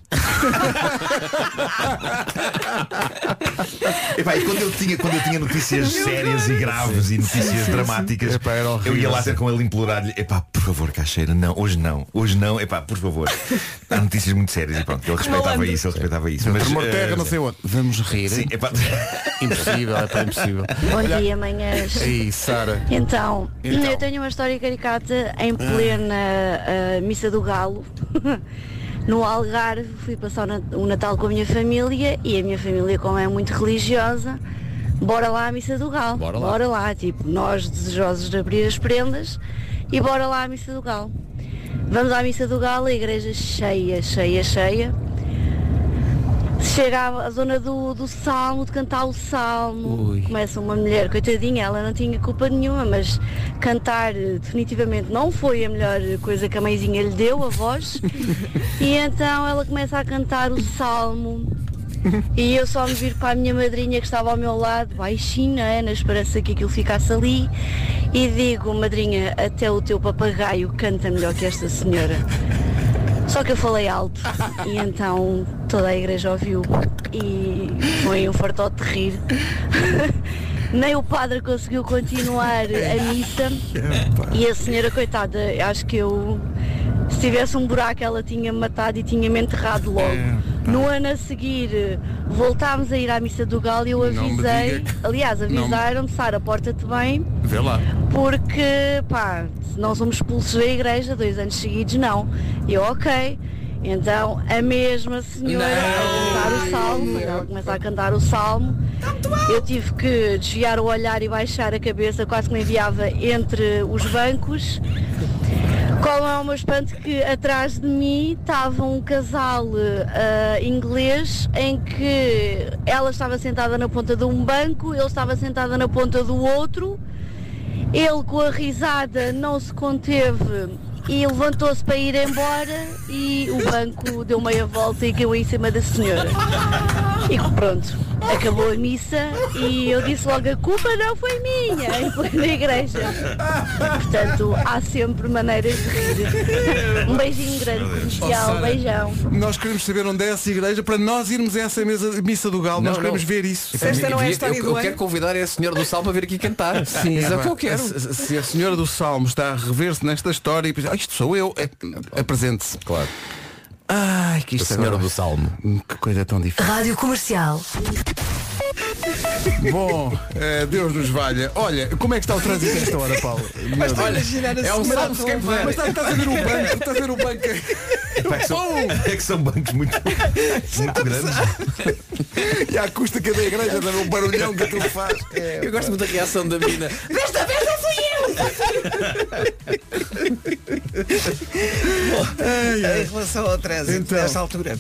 S16: Epá, e quando eu tinha, quando eu tinha notícias sérias e graves e
S9: Sim,
S16: notícias
S9: sim,
S16: dramáticas,
S9: sim. Epá, era
S16: eu
S9: horrível.
S16: ia lá ter com ele e implorar-lhe, epá, por favor, Caixeira, não, hoje não, hoje não, epá, por favor. Há notícias muito sérias e pronto, ele respeitava
S2: Malandro.
S16: isso, ele respeitava isso.
S2: Tremor de terra,
S16: eh,
S2: não sei onde. Vamos rir.
S16: Sim, epá.
S2: Impossível, é pá, impossível.
S14: Bom
S2: Olha-
S14: dia, é manhãs.
S2: Aí, Sara.
S14: Então,
S2: Então.
S14: eu tenho uma história caricata em plena ah, Missa do Galo. No Algarve fui passar o Nat- o Natal com a minha família e a minha família, como é muito religiosa, bora lá à Missa do Galo.
S17: Bora lá.
S14: Tipo, nós desejosos de abrir as prendas e bora lá à Missa do Galo. Vamos à Missa do Galo, a igreja cheia, cheia, cheia. Chega à- à zona do, do salmo, de cantar o salmo. Começa uma mulher, coitadinha, ela não tinha culpa nenhuma, mas cantar eh, definitivamente não foi a melhor coisa que a mãezinha lhe deu, a voz. e então ela começa a cantar o salmo. E eu só me viro para a minha madrinha que estava ao meu lado, baixinha, né, na esperança que aquilo ficasse ali, e digo, madrinha, até o teu papagaio canta melhor que esta senhora. Só que eu falei alto e então toda a igreja ouviu e foi um fartote de rir. Nem o padre conseguiu continuar a missa e a senhora, coitada, acho que eu, se tivesse um buraco, ela tinha me matado e tinha-me enterrado
S2: É,
S14: logo. No ano a seguir eh, voltámos a ir à missa do Galo e eu
S2: Não me
S14: avisei,
S2: diga que-
S14: aliás,
S2: não me-
S14: avisaram-me, Sara, porta-te bem,
S2: Vê lá.
S14: porque, pá, se não somos expulsos da igreja dois anos seguidos, não. Eu, ok. Então, a mesma senhora a cantar o salmo, ela começa a cantar o salmo. Eu tive que desviar o olhar e baixar a cabeça, quase que me enviava entre os bancos. Qual é o meu espanto que atrás de mim estava um casal ah, inglês em que ela estava sentada na ponta de um banco, ele estava sentado na ponta do outro. Ele com a risada não se conteve e levantou-se para ir embora e o banco deu meia volta e caiu em cima da senhora. E pronto, acabou a missa e eu disse logo a culpa não foi minha, em plena igreja. Portanto, há sempre maneiras de rir. Um beijinho grande,
S2: Oh,
S14: comercial,
S2: Sara,
S14: beijão.
S2: Nós queremos saber onde é essa igreja para nós irmos a essa mesa- missa do Galo. nós queremos ver isso.
S9: Eu- eu, eu quero convidar a senhora do Salmo a vir aqui cantar.
S2: É,
S9: Isso é o que
S2: pá,
S9: eu quero.
S2: Se, se a senhora do Salmo está a rever-se nesta história e pensa, "Ah, isto sou eu, é- apresente-se. Claro. Ai, que isto
S9: A senhora do
S2: Salmo. Que coisa tão difícil.
S17: Rádio Comercial.
S2: Bom, eh, Deus nos valha. Olha, como é que está o trânsito a esta hora, Paulo? Meu
S9: Mas
S2: Deus.
S9: olha, imaginar a é um senhora salmo, se quem puder.
S2: Mas está- estás a ver o banco, estás a ver o banco.
S16: Pá, que são, é que são bancos muito, muito grandes.
S2: E à custa cada igreja dá um barulhão que aquilo faz.
S9: Eu gosto muito da reação da mina.
S6: Desta vez não fui
S3: Em relação ao trânsito, nesta altura.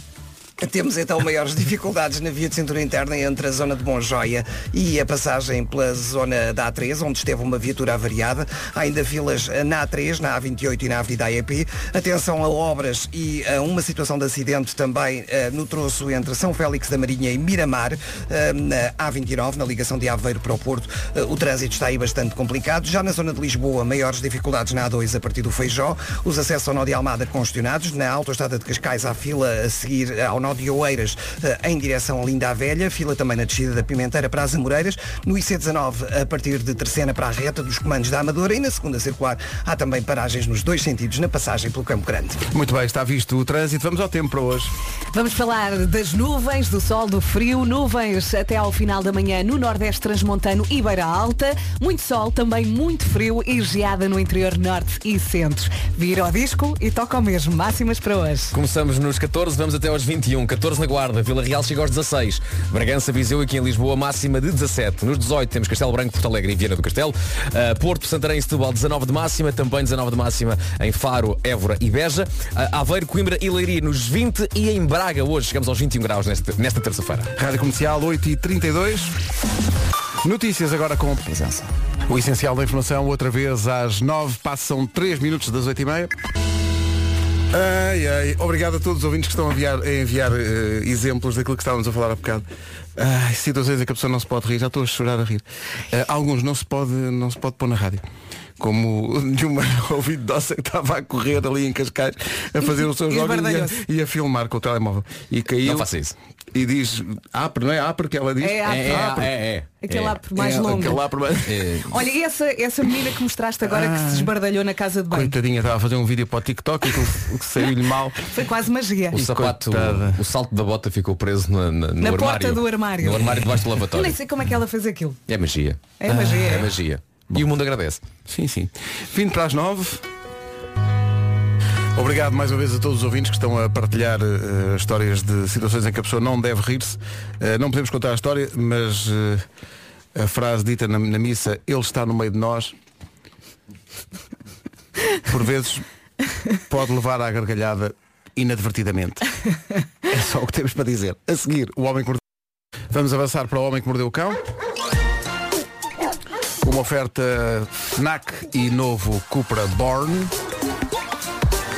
S3: Temos então maiores dificuldades na via de cintura interna entre a zona de Monjoia e a passagem pela zona da A3, onde esteve uma viatura avariada. Há ainda filas na A3, na A28 e na Avenida AEP. Atenção a obras e a uma situação de acidente também eh, no troço entre São Félix da Marinha e Miramar, eh, na A29, na ligação de Aveiro para o Porto. Eh, o trânsito está aí bastante complicado. Já na zona de Lisboa, maiores dificuldades na A2 a partir do Feijó. Os acessos ao Nó de Almada congestionados. Na Autoestrada de Cascais há fila a seguir ao Nó de Oeiras eh, em direção a Linda a Velha. Fila também na descida da Pimenteira para as Amoreiras. No IC19, a partir de Terceira para a reta dos comandos da Amadora. E na segunda circular há também paragens nos dois sentidos na passagem pelo Campo Grande.
S2: Muito bem, está visto o trânsito. Vamos ao tempo para hoje.
S4: Vamos falar das nuvens, do sol, do frio, nuvens até ao final da manhã no Nordeste Transmontano e Beira Alta, muito sol, também muito frio e geada no interior norte e centro. Vira ao disco e toca o mesmo, máximas para hoje.
S9: Começamos nos 14, vamos até aos 21. 14 na Guarda, Vila Real chega aos 16. Bragança, Viseu e aqui em Lisboa, máxima de 17. Nos 18 temos Castelo Branco, Porto Alegre e Viana do Castelo. Ah, Porto, Santarém e Setúbal, 19 de máxima. Também 19 de máxima em Faro, Évora e Beja. Ah, Aveiro, Coimbra e Leiria nos 20. E em Braga, hoje, chegamos aos 21 graus neste- nesta terça-feira.
S2: Rádio Comercial 8 e 32. Notícias agora com presença. O essencial da informação, outra vez às 9, passam 3 minutos das 8 e meia. Ai, ai. Obrigado a todos os ouvintes que estão a enviar, a enviar eh, exemplos daquilo que estávamos a falar há bocado. Ai, situações em que a pessoa não se pode rir, já estou a chorar a rir. Eh, alguns não se, pode, não se pode pôr na rádio. Como de uma ouvido nossa que estava a correr ali em Cascais a fazer o seu
S9: E
S2: jogo e a,
S9: esbardalhou-se.
S2: e a filmar com o telemóvel. E caiu.
S9: Não faça isso.
S2: E diz Apre, não é Apre que ela diz?
S4: É Apre. É, é, é, é. Aquele Apre mais longo.
S2: Aquele Apre mais...
S9: É,
S4: Olha, e essa, essa menina que mostraste agora que se esbardalhou na casa de banho?
S2: Coitadinha, estava a fazer um vídeo para o TikTok e aquilo que saiu-lhe mal.
S4: Foi quase magia.
S9: O sapato, o salto da bota ficou preso na, na- no
S4: Na
S9: armário.
S4: porta do armário.
S9: No armário debaixo do
S4: Eu nem
S9: lavatório.
S4: sei como é que ela fez aquilo.
S9: É magia.
S4: É magia.
S9: É magia. E o mundo agradece.
S2: Sim, sim. Vindo para as nove. Obrigado mais uma vez a todos os ouvintes que estão a partilhar eh, histórias de situações em que a pessoa não deve rir-se. Eh, não podemos contar a história, mas eh, a frase dita na, na missa, ele está no meio de nós, por vezes pode levar à gargalhada inadvertidamente. É só o que temos para dizer. A seguir, o Homem que Mordeu Vamos avançar para o Homem que Mordeu o Cão. Uma oferta FNAC e novo Cupra Born.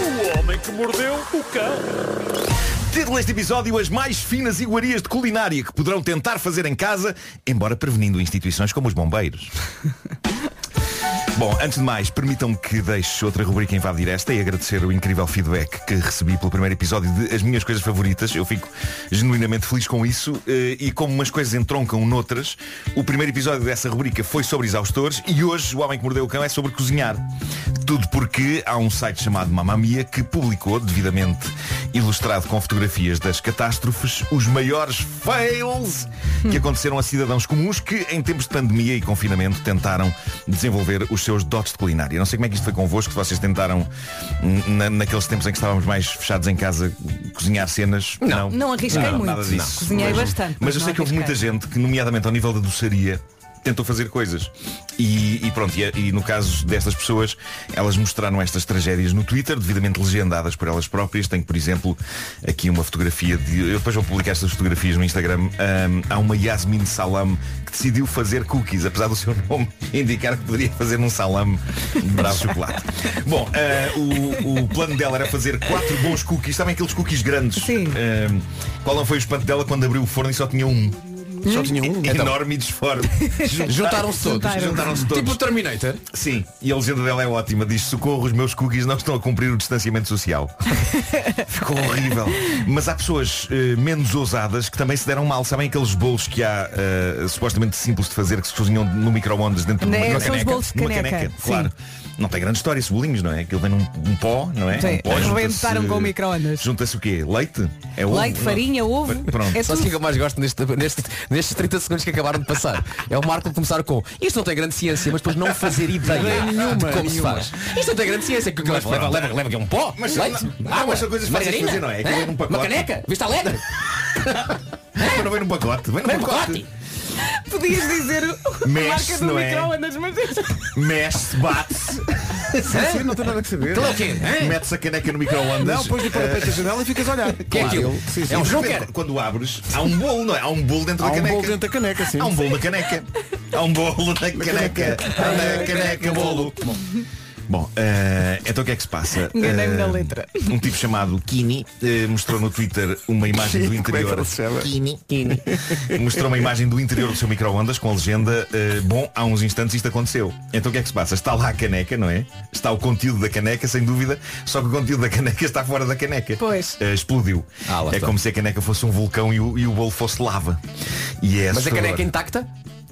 S17: O homem que mordeu o cão.
S16: Título deste episódio, as mais finas iguarias de culinária que poderão tentar fazer em casa, embora prevenindo instituições como os bombeiros. Bom, antes de mais, permitam-me que deixe outra rubrica invadir esta e agradecer o incrível feedback que recebi pelo primeiro episódio de As Minhas Coisas Favoritas. Eu fico genuinamente feliz com isso eh, e como umas coisas entroncam noutras, o primeiro episódio dessa rubrica foi sobre exaustores e hoje o Homem que Mordeu o Cão é sobre cozinhar. Tudo porque há um site chamado Mamamia que publicou, devidamente ilustrado com fotografias das catástrofes, os maiores fails que aconteceram a cidadãos comuns que, em tempos de pandemia e confinamento, tentaram desenvolver os seus dotes de culinária. Não sei como é que isto foi convosco, se vocês tentaram, n- na- naqueles tempos em que estávamos mais fechados em casa, cozinhar cenas.
S4: Não, não arrisquei muito.
S16: Nada disso.
S4: Não. Cozinhei
S16: mas,
S4: bastante,
S16: Mas
S4: mas
S16: eu sei
S4: não
S16: que houve muita
S4: arrisquei.
S16: gente que, nomeadamente ao nível da doçaria, tentou fazer coisas. E, e pronto, e, a- e no caso destas pessoas, elas mostraram estas tragédias no Twitter, devidamente legendadas por elas próprias. Tenho, por exemplo, aqui uma fotografia de. Eu depois vou publicar estas fotografias no Instagram. Ahm, há uma Yasmin Salam que decidiu fazer cookies, apesar do seu nome indicar que poderia fazer um salame bravo de chocolate. Bom, ah, o, o plano dela era fazer quatro bons cookies, sabem aqueles cookies grandes? Sim. qual não foi o espanto dela quando abriu o forno e só tinha um?
S2: Só tinha um? Então.
S9: é?
S16: Enorme e disforme.
S2: Juntaram-se todos.
S16: Juntaram-se todos.
S2: Tipo o
S16: Terminator. Sim. E a legenda dela é ótima. Diz, socorro, os meus cookies não estão a cumprir o distanciamento social. Ficou horrível. Mas há pessoas eh, menos ousadas que também se deram mal. Sabem aqueles bolos que há eh, supostamente simples de fazer que se cozinham no micro-ondas dentro de uma,
S4: Né,
S16: de uma
S4: são os
S16: caneca?
S4: bolos de
S16: Numa
S4: caneca,
S16: caneca,
S4: sim.
S16: claro. Não tem grande história esses bolinhos, não é? Aquilo vem num um pó, não é?
S4: Sim,
S16: um pó,
S4: arrebentaram
S16: junta-se-
S4: com o micro-ondas.
S16: Junta-se o quê? Leite? É ovo?
S4: Leite,
S16: Não.
S4: farinha, ovo.
S16: Pronto.
S4: É
S9: Só
S4: tudo.
S9: assim que eu mais gosto neste, neste, nestes 30 segundos que acabaram de passar. É o Marco começar com isto não tem grande ciência, mas depois não fazer ideia
S16: Nenhuma,
S9: de como se
S16: nenhuma.
S9: faz. Isto não tem grande ciência, que que leva, leva, leva, leva, que é um pó,
S16: Mas
S9: leite,
S16: não- não,
S9: água,
S16: mas são coisas fáceis de
S9: margarina,
S16: fazer, não é? Aquilo
S9: hã?
S16: vem num
S9: uma
S16: pacote.
S9: caneca, vista alegre.
S16: Mas não vem num pacote. Vem num
S9: Vem num
S16: pacote.
S4: Podias dizer a
S16: Mexe,
S4: marca do
S16: não é?
S4: micro-ondas, mas
S16: Mexe-se, bate-se.
S2: Sim, não tem nada que saber.
S16: Então é o quê? Metes a caneca no micro-ondas.
S2: Não, pões no pontapé da janela e ficas a olhar.
S16: Que é aquilo?
S2: Sim, sim.
S16: É um joker. Quando abres, há um bolo, não é? Há um bolo dentro
S2: Há
S16: da
S2: um
S16: caneca.
S2: bolo dentro da caneca, sim.
S16: Há um bolo na caneca. Há um bolo na caneca. Há na caneca, bolo. Bom, Bom, eh, então o que é que se passa?
S4: Enganei-me na
S16: Eh,
S4: letra.
S16: Um tipo chamado Kini eh, mostrou no Twitter uma imagem do
S9: Kini, como é que
S16: interior.
S9: ele se chama? Kini,
S16: Mostrou uma imagem do interior do seu micro-ondas com a legenda eh, Bom, há uns instantes isto aconteceu. Então o que é que se passa? Está lá a caneca, não é? Está o conteúdo da caneca, sem dúvida, só que o conteúdo da caneca está fora da caneca. Pois. explodiu.
S9: Ah,
S16: é como se a caneca fosse um vulcão e o, e o bolo fosse lava. E é
S9: Mas a
S16: assustador.
S9: caneca intacta?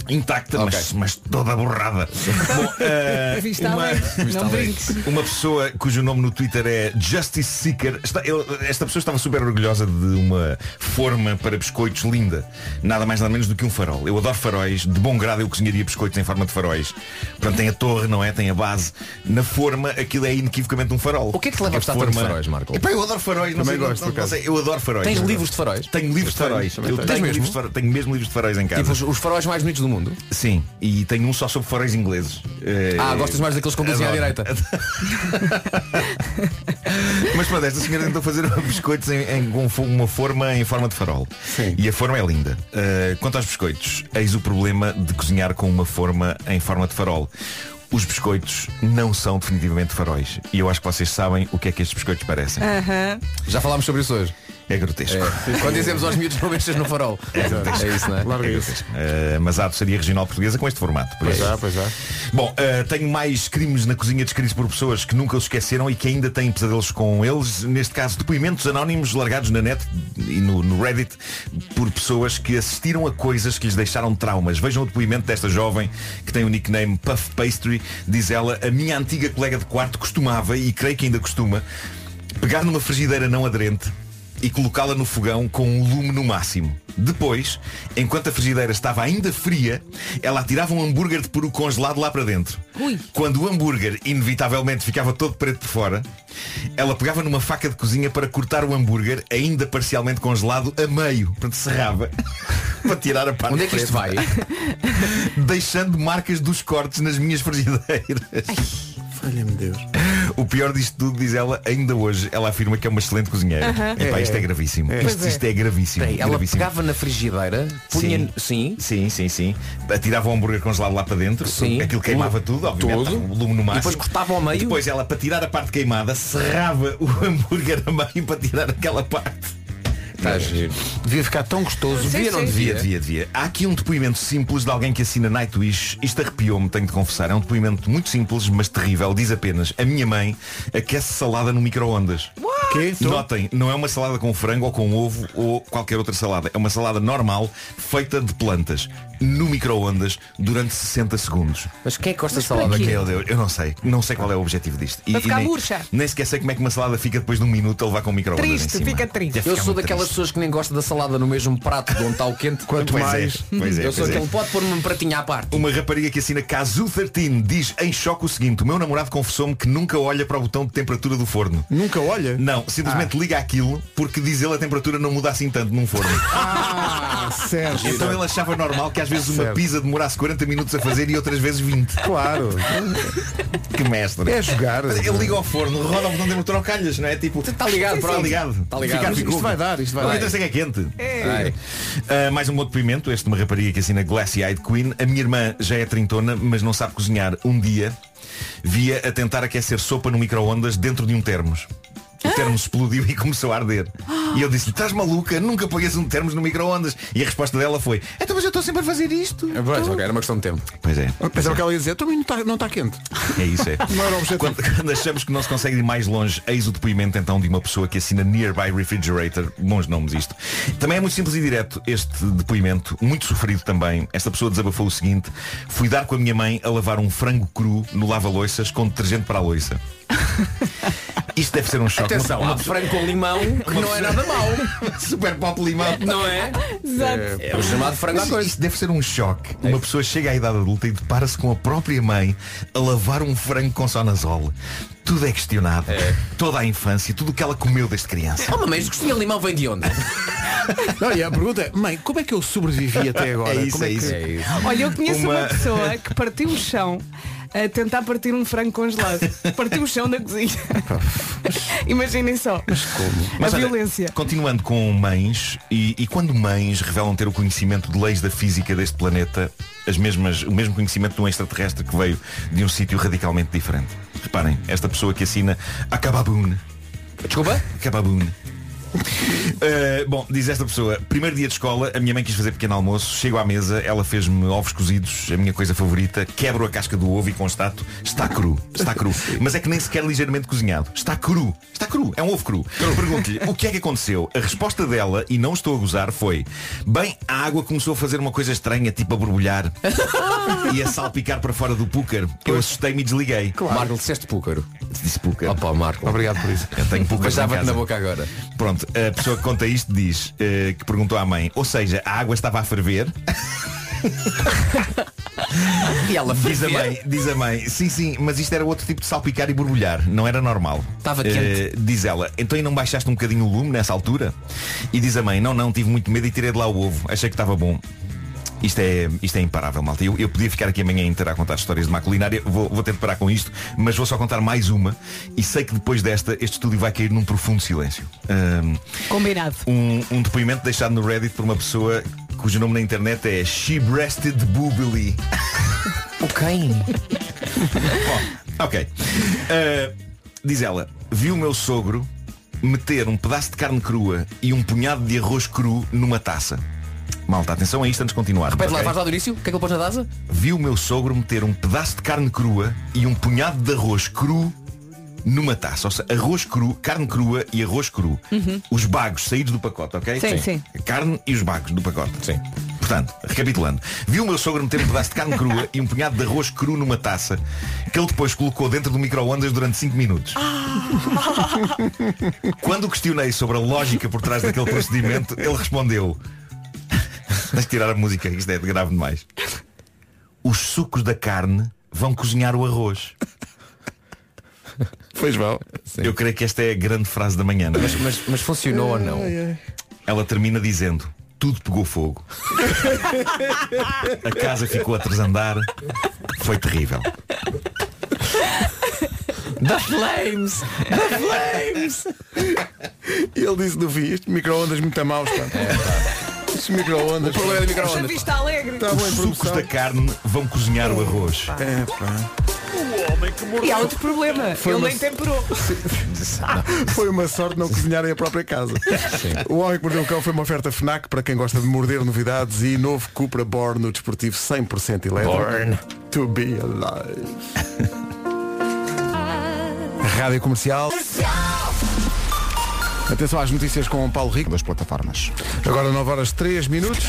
S16: Intacta, mas, mas toda borrada. Bom, eh,
S9: Vista
S16: uma,
S9: alegre. Vista
S16: uma-
S9: alegre.
S16: uma pessoa cujo nome no Twitter é Justice Seeker. Está- ele- esta pessoa estava super orgulhosa de uma forma para biscoitos linda. Nada mais nada menos do que um farol. Eu adoro faróis. De bom grado eu cozinharia biscoitos em forma de faróis. Portanto, tem a torre, não é? Tem a base. Na forma, aquilo é inequivocamente um farol. O
S9: que é que te leva a gostar tanto de faróis, Marco?
S16: Epá, eu adoro faróis. Não
S9: Também
S16: sei, não-
S9: gosto,
S16: não-
S9: por
S16: não
S9: acaso.
S16: sei, Eu adoro faróis.
S9: Tens
S16: Eu adoro.
S9: livros de faróis?
S16: Tenho livros de
S9: Eu tenho,
S16: faróis.
S9: também
S16: Eu
S9: tenho.
S16: tenho,
S9: Tens mesmo?
S16: livros de faróis. Tenho mesmo livros de faróis em casa.
S9: Tipo, os, os faróis mais bonitos do mundo.
S16: Sim, e tenho um só sobre faróis ingleses. Eh,
S9: Ah, gostas mais daqueles que conduzem à
S16: adoro.
S9: direita.
S16: Mas pronto, esta senhora tentou fazer biscoitos em, em com fo- uma forma em forma de farol. E a forma é linda. Uh, quanto aos biscoitos, eis o problema de cozinhar com uma forma em forma de farol. Os biscoitos não são definitivamente faróis. E eu acho que vocês sabem o que é que estes biscoitos parecem.
S4: Aham.
S16: Já falámos sobre isso hoje. É grotesco.
S9: Quando dizemos aos miúdos não mexas no farol.
S16: É grotesco.
S9: É isso, não é?
S16: É grotesco. Eh, mas há seria regional portuguesa com este formato. por
S9: Pois
S16: isso.
S9: há, pois há.
S16: Bom, eh, tenho mais crimes na cozinha descritos por pessoas que nunca os esqueceram e que ainda têm pesadelos com eles. Neste caso, depoimentos anónimos largados na net e no, no Reddit por pessoas que assistiram a coisas que lhes deixaram traumas. Vejam o depoimento desta jovem que tem o nickname Puff Pastry. Diz ela, a minha antiga colega de quarto costumava, e creio que ainda costuma, pegar numa frigideira não aderente e colocá-la no fogão com o lume no máximo. Depois, enquanto a frigideira estava ainda fria, ela atirava um hambúrguer de peru congelado lá para dentro. Quando o hambúrguer inevitavelmente ficava todo preto por fora, ela pegava numa faca de cozinha para cortar o hambúrguer, ainda parcialmente congelado, a meio. Portanto, serrava para tirar a parte
S9: Onde é que isto
S16: preta.
S9: vai?
S16: Deixando marcas dos cortes nas minhas frigideiras. Falha-me Deus. O pior disto tudo, diz ela, ainda hoje, ela afirma que é uma excelente cozinheira.
S7: Aham.
S16: Epá, isto é
S7: É.
S16: gravíssimo.
S7: É.
S16: Isto,
S7: Pois é.
S16: isto é gravíssimo.
S7: Peraí, ela
S16: gravíssimo.
S7: pegava na frigideira, punha
S16: Sim. sim. Sim, sim, Atirava o hambúrguer congelado lá para dentro.
S7: Sim.
S16: Aquilo queimava tudo, obviamente.
S7: Tudo.
S16: estava um Lume no
S7: E
S16: máximo.
S7: depois cortava ao meio.
S16: Depois ela, para tirar a parte queimada, serrava o hambúrguer a meio para tirar aquela parte.
S7: Tá
S16: Está giro.
S2: Devia ficar tão gostoso.
S16: Devia, não devia, devia, devia. Há aqui um depoimento simples de alguém que assina Nightwish. Isto arrepiou-me, tenho de confessar. É um depoimento muito simples, mas terrível. Diz apenas, a minha mãe aquece salada no micro-ondas.
S2: Quê?
S16: Notem, não é uma salada com frango ou com ovo ou qualquer outra salada. É uma salada normal, feita de plantas, no micro-ondas, durante 60 segundos.
S7: Mas quem é que gosta de
S16: Mas
S7: salada?
S16: para quê? Meu Deus, eu não sei. Não sei qual é o objetivo disto.
S7: Vai ficar
S16: nem,
S7: murcha.
S16: Nem sequer sei como é que uma salada fica depois de um minuto a levar com o micro-ondas em
S7: Triste,
S16: cima.
S7: fica triste.
S16: Deve
S7: Eu
S16: ficar
S7: sou
S16: muito
S7: daquelas
S16: triste.
S7: pessoas que nem gosta da salada no mesmo prato de onde está o quente.
S16: Quanto Pois é, mais. pois é,
S7: eu sou
S16: pois é.
S7: aquele, pode pôr-me um pratinho à parte.
S16: Uma rapariga que assina Kazu 13 diz em choque o seguinte, o meu namorado confessou-me que nunca olha para o botão de temperatura do forno.
S2: Nunca olha?
S16: Não, simplesmente liga aquilo porque diz ele a temperatura não muda assim tanto num forno.
S2: Ah, Sérgio.
S16: então ele achava normal que às vezes uma
S2: Certo.
S16: pizza demorasse 40 minutos a fazer e outras vezes 20.
S2: Claro.
S16: Que mestre.
S2: É jogar.
S16: Ele liga ao forno, roda o botão de temperatura ao calhas, não é? Tipo,
S7: Está Tá ligado,
S16: está
S7: pronto.
S16: ligado.
S7: Está ligado.
S16: Fica a
S7: Isto-
S16: figura.
S7: isto vai dar, isto vai
S16: Não
S7: dar.
S16: interessa que é quente.
S7: É.
S16: Ah, mais um outro depoimento, este de uma rapariga que assina Glassy Eyed Queen. A minha irmã já é trintona, mas não sabe cozinhar. Um dia via a tentar aquecer sopa no micro-ondas dentro de um termos. O termos explodiu e começou a arder. E eu disse, estás maluca, nunca ponhas um termos no micro-ondas. E a resposta dela foi, então mas eu estou sempre a fazer isto.
S7: É era uma questão de tempo.
S16: Pois é.
S2: Pensava que ela ia dizer, também não está não tá quente.
S16: É isso, é.
S2: Não era o objetivo.
S16: Quando, quando achamos que não se consegue ir mais longe, eis o depoimento então de uma pessoa que assina Nearby Refrigerator. Bons nomes isto. Também é muito simples e direto este depoimento, muito sofrido também. Esta pessoa desabafou o seguinte. Fui dar com a minha mãe a lavar um frango cru no lava-loiças com detergente para a loiça. Isto deve ser um choque.
S7: Atenção,
S16: Uma-
S7: há frango com limão, que não é nada mau.
S16: Super pop limão.
S7: Não é?
S16: Exato.
S7: É o chamado frango à
S16: Mas
S7: coisa.
S16: Isto deve ser um choque. Uma pessoa chega à idade adulta e depara-se com a própria mãe a lavar um frango com sonazol. Tudo é questionado. Toda a infância, tudo o que ela comeu desde criança.
S7: Oh, mamãe, mas gostinho de limão vem de onde?
S2: Não, e a pergunta é, mãe, como é que eu sobrevivi até agora?
S16: É isso,
S2: como
S16: é isso.
S2: que...
S16: É isso.
S18: Olha, eu conheço uma...
S2: Uma-
S18: pessoa que partiu o chão a tentar partir um frango congelado. Partiu o chão da cozinha. Imaginem só.
S16: Mas
S18: a
S16: olha,
S18: violência.
S16: Continuando com mães, e, e quando mães revelam ter o conhecimento de leis da física deste planeta, as mesmas, o mesmo conhecimento de um extraterrestre que veio de um sítio radicalmente diferente. Reparem, esta pessoa que assina Acababune.
S7: Desculpa?
S16: Acababune. Uh, é bom, diz esta pessoa, primeiro dia de escola, a minha mãe quis fazer pequeno almoço, chego à mesa, ela fez-me ovos cozidos, a minha coisa favorita, quebro a casca do ovo e constato, está cru, está cru. Mas é que nem sequer ligeiramente cozinhado. Está cru, está cru, é um ovo cru. Pergunto-lhe, o que é que aconteceu? A resposta dela, e não estou a gozar, foi, bem, a água começou a fazer uma coisa estranha, tipo a borbulhar e a salpicar para fora do púcar. Eu assustei-me e desliguei.
S7: Marco, disseste púcaro.
S16: Disse púcaro.
S7: Opa, Marco.
S2: Obrigado por isso.
S16: Eu tenho poucas
S7: Mas dava-te
S16: em casa.
S7: na boca agora.
S16: Pronto, a pessoa que conta isto diz eh, que perguntou à mãe, ou seja, a água estava a ferver.
S7: E ela
S16: diz a
S7: ferver?
S16: mãe, diz a mãe, sim, sim, mas isto era outro tipo de salpicar e borbulhar, não era normal.
S7: Estava
S16: Eh,
S7: quente.
S16: diz ela, então e não baixaste um bocadinho o lume nessa altura? E diz a mãe, não, não, tive muito medo e tirei de lá o ovo, achei que estava bom. Isto é, isto é imparável, malta. Eu, eu podia ficar aqui amanhã inteira a contar histórias de má culinária. Vou, vou ter de parar com isto, mas vou só contar mais uma. E sei que depois desta, este estúdio vai cair num profundo silêncio. Ahm,
S18: Combinado.
S16: um, um depoimento deixado no Reddit por uma pessoa cujo nome na internet é She Breasted Boobily.
S7: O quem?
S16: ok. Uh, diz ela, vi o meu sogro meter um pedaço de carne crua e um punhado de arroz cru numa taça. Malta, atenção a isto antes de continuar.
S7: Repete lá,
S16: ok?
S7: vais lá do início? O que é que ele pôs na taça?
S16: Vi o meu sogro meter um pedaço de carne crua e um punhado de arroz cru numa taça. Ou seja, arroz cru, carne crua e arroz cru.
S18: Uhum.
S16: Os bagos saídos do pacote, ok?
S18: Sim, sim.
S16: A carne e os bagos do pacote. Sim. Portanto, recapitulando, vi o meu sogro meter um pedaço de carne crua e um punhado de arroz cru numa taça que ele depois colocou dentro do micro-ondas durante 5 minutos.
S18: Ah!
S16: Quando o questionei sobre a lógica por trás daquele procedimento, ele respondeu Deixa tirar a música, isto é de grave demais Os sucos da carne vão cozinhar o arroz
S2: Pois vão
S16: Eu creio que esta é a grande frase da manhã não é?
S7: Mas, mas- mas funcionou ou não?
S16: Ela termina dizendo Tudo pegou fogo A casa ficou a trasandar Foi terrível
S9: The Flames! The Flames!
S2: E ele disse no fim, este micro-ondas muito a maus, pá. Este micro-ondas.
S16: É, O problema é do micro-ondas.
S18: Esta vista alegre.
S2: Tá bom,
S16: Os sucos da carne vão cozinhar o arroz.
S2: É,
S18: O homem que mordeu. E há outro problema.
S2: Foi
S18: Ele
S2: uma-
S18: nem temperou.
S2: Foi uma sorte não cozinharem a própria casa. O Homem que Mordeu o Cão foi uma oferta FNAC para quem gosta de morder novidades e novo Cupra Born no desportivo 100% elétrico.
S16: Born.
S2: To be alive. Rádio Comercial. Atenção às notícias com o Paulo Rico. Das plataformas. Agora 9 horas 3 minutos.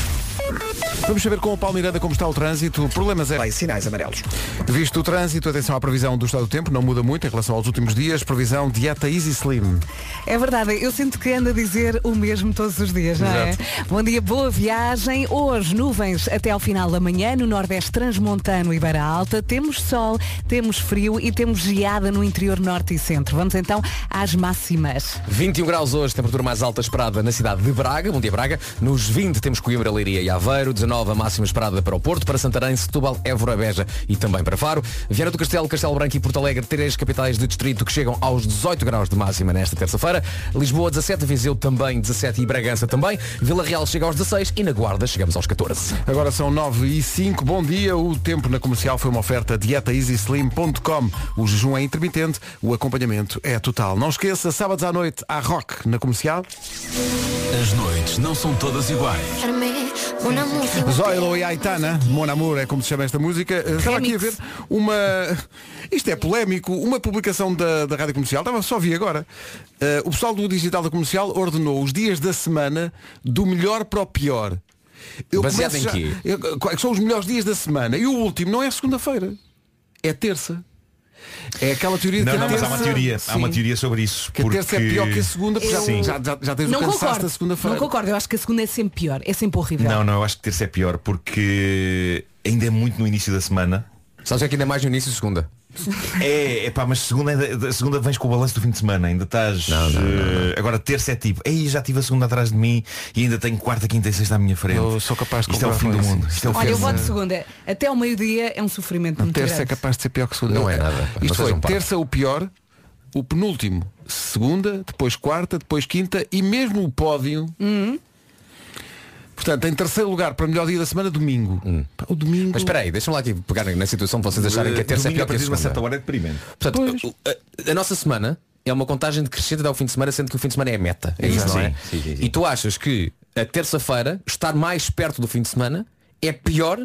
S2: Vamos saber com o Paulo Miranda como está o trânsito. Problemas é...
S3: Bem, sinais amarelos.
S2: Visto o trânsito, atenção à previsão do estado do tempo. Não muda muito em relação aos últimos dias. Previsão dieta Easy Slim.
S4: É verdade, eu sinto que anda a dizer o mesmo todos os dias, não é?
S2: Exato.
S4: Bom dia, boa viagem. Hoje, nuvens até ao final da manhã, no Nordeste Transmontano e Beira Alta. Temos sol, temos frio e temos geada no interior norte e centro. Vamos então às máximas.
S9: 21 graus hoje, temperatura mais alta esperada na cidade de Braga, bom dia Braga. Nos 20 temos Coimbra, Leiria e Aveiro, 19 a máxima esperada para o Porto, para Santarém, Setúbal, Évora, Beja e também para Faro. Viana do Castelo, Castelo Branco e Porto Alegre, três capitais de distrito que chegam aos 18 graus de máxima nesta terça-feira. Lisboa 17, Viseu também 17 e Bragança também. Vila Real chega aos 16 e na Guarda chegamos aos 14.
S2: Agora são 9 e 5. Bom dia. O tempo na comercial foi uma oferta dietaeasyslim.com. O jejum é intermitente, o acompanhamento é total. Não esqueça, sábados à noite, há rock na comercial.
S19: As noites não são todas iguais.
S2: Zoilo e Aitana, Mon Amour é como se chama esta música. Eh, Estava aqui a ver uma. Isto é polémico, uma publicação da, da Rádio Comercial, estava só vi agora. Eh, o pessoal do Digital da Comercial ordenou os dias da semana do melhor para o pior.
S9: Baseado
S2: começo
S9: em quê?
S2: eu- quais são os melhores dias da semana? E o último não é segunda-feira, é terça. É aquela teoria de
S16: Não,
S2: que a
S16: não, mas há
S2: terça-
S16: uma teoria, há uma
S2: Sim.
S16: teoria sobre isso.
S2: Que a terça é pior que a segunda, porque já-
S16: Sim.
S2: já- já- já tens o
S4: não
S2: cansaço
S4: concordo.
S2: da segunda-feira.
S4: Não concordo, eu acho que a segunda é sempre pior, é sempre horrível.
S16: Não, não, eu acho que terça é pior porque ainda é muito no início da semana.
S9: Sabes que ainda é mais no início de segunda?
S16: É, é pá, mas segunda, ainda- da segunda vens com o balanço do fim de semana, ainda estás. eh, Agora terça é tipo, ei, já tive a segunda atrás de mim e ainda tenho quarta, quinta e sexta à minha frente.
S2: Eu sou capaz de
S16: Isto é o
S2: comprar
S16: fim do
S2: com
S16: mundo.
S2: isso.
S16: Isto é o fim
S4: Olha, eu
S16: do
S4: vou de
S16: mundo.
S4: segunda. Até o meio-dia é um sofrimento muito
S2: Terça é
S4: grande.
S2: capaz de ser pior que segunda.
S9: Não é nada.
S2: Isto
S9: Vocês
S2: foi
S9: são parvos.
S2: terça o pior, o penúltimo, segunda, depois quarta, depois quinta e mesmo o pódio.
S4: Hum.
S2: Portanto, em terceiro lugar para melhor dia da semana, domingo. Pá, O domingo.
S9: Hum. Mas espera aí, deixa-me lá aqui pegar na situação de vocês acharem que a terça é
S16: Domingo,
S9: pior
S16: a
S9: que a
S16: partir de
S9: segunda.
S16: uma certa hora é deprimente.
S9: Portanto, o- a, a nossa semana é uma contagem decrescente ao fim de semana, sendo que o fim de semana é a meta. É isso,
S16: Exato.
S9: não é?
S16: Sim, sim, sim, sim.
S9: E tu achas que a terça-feira, estar mais perto do fim de semana, é pior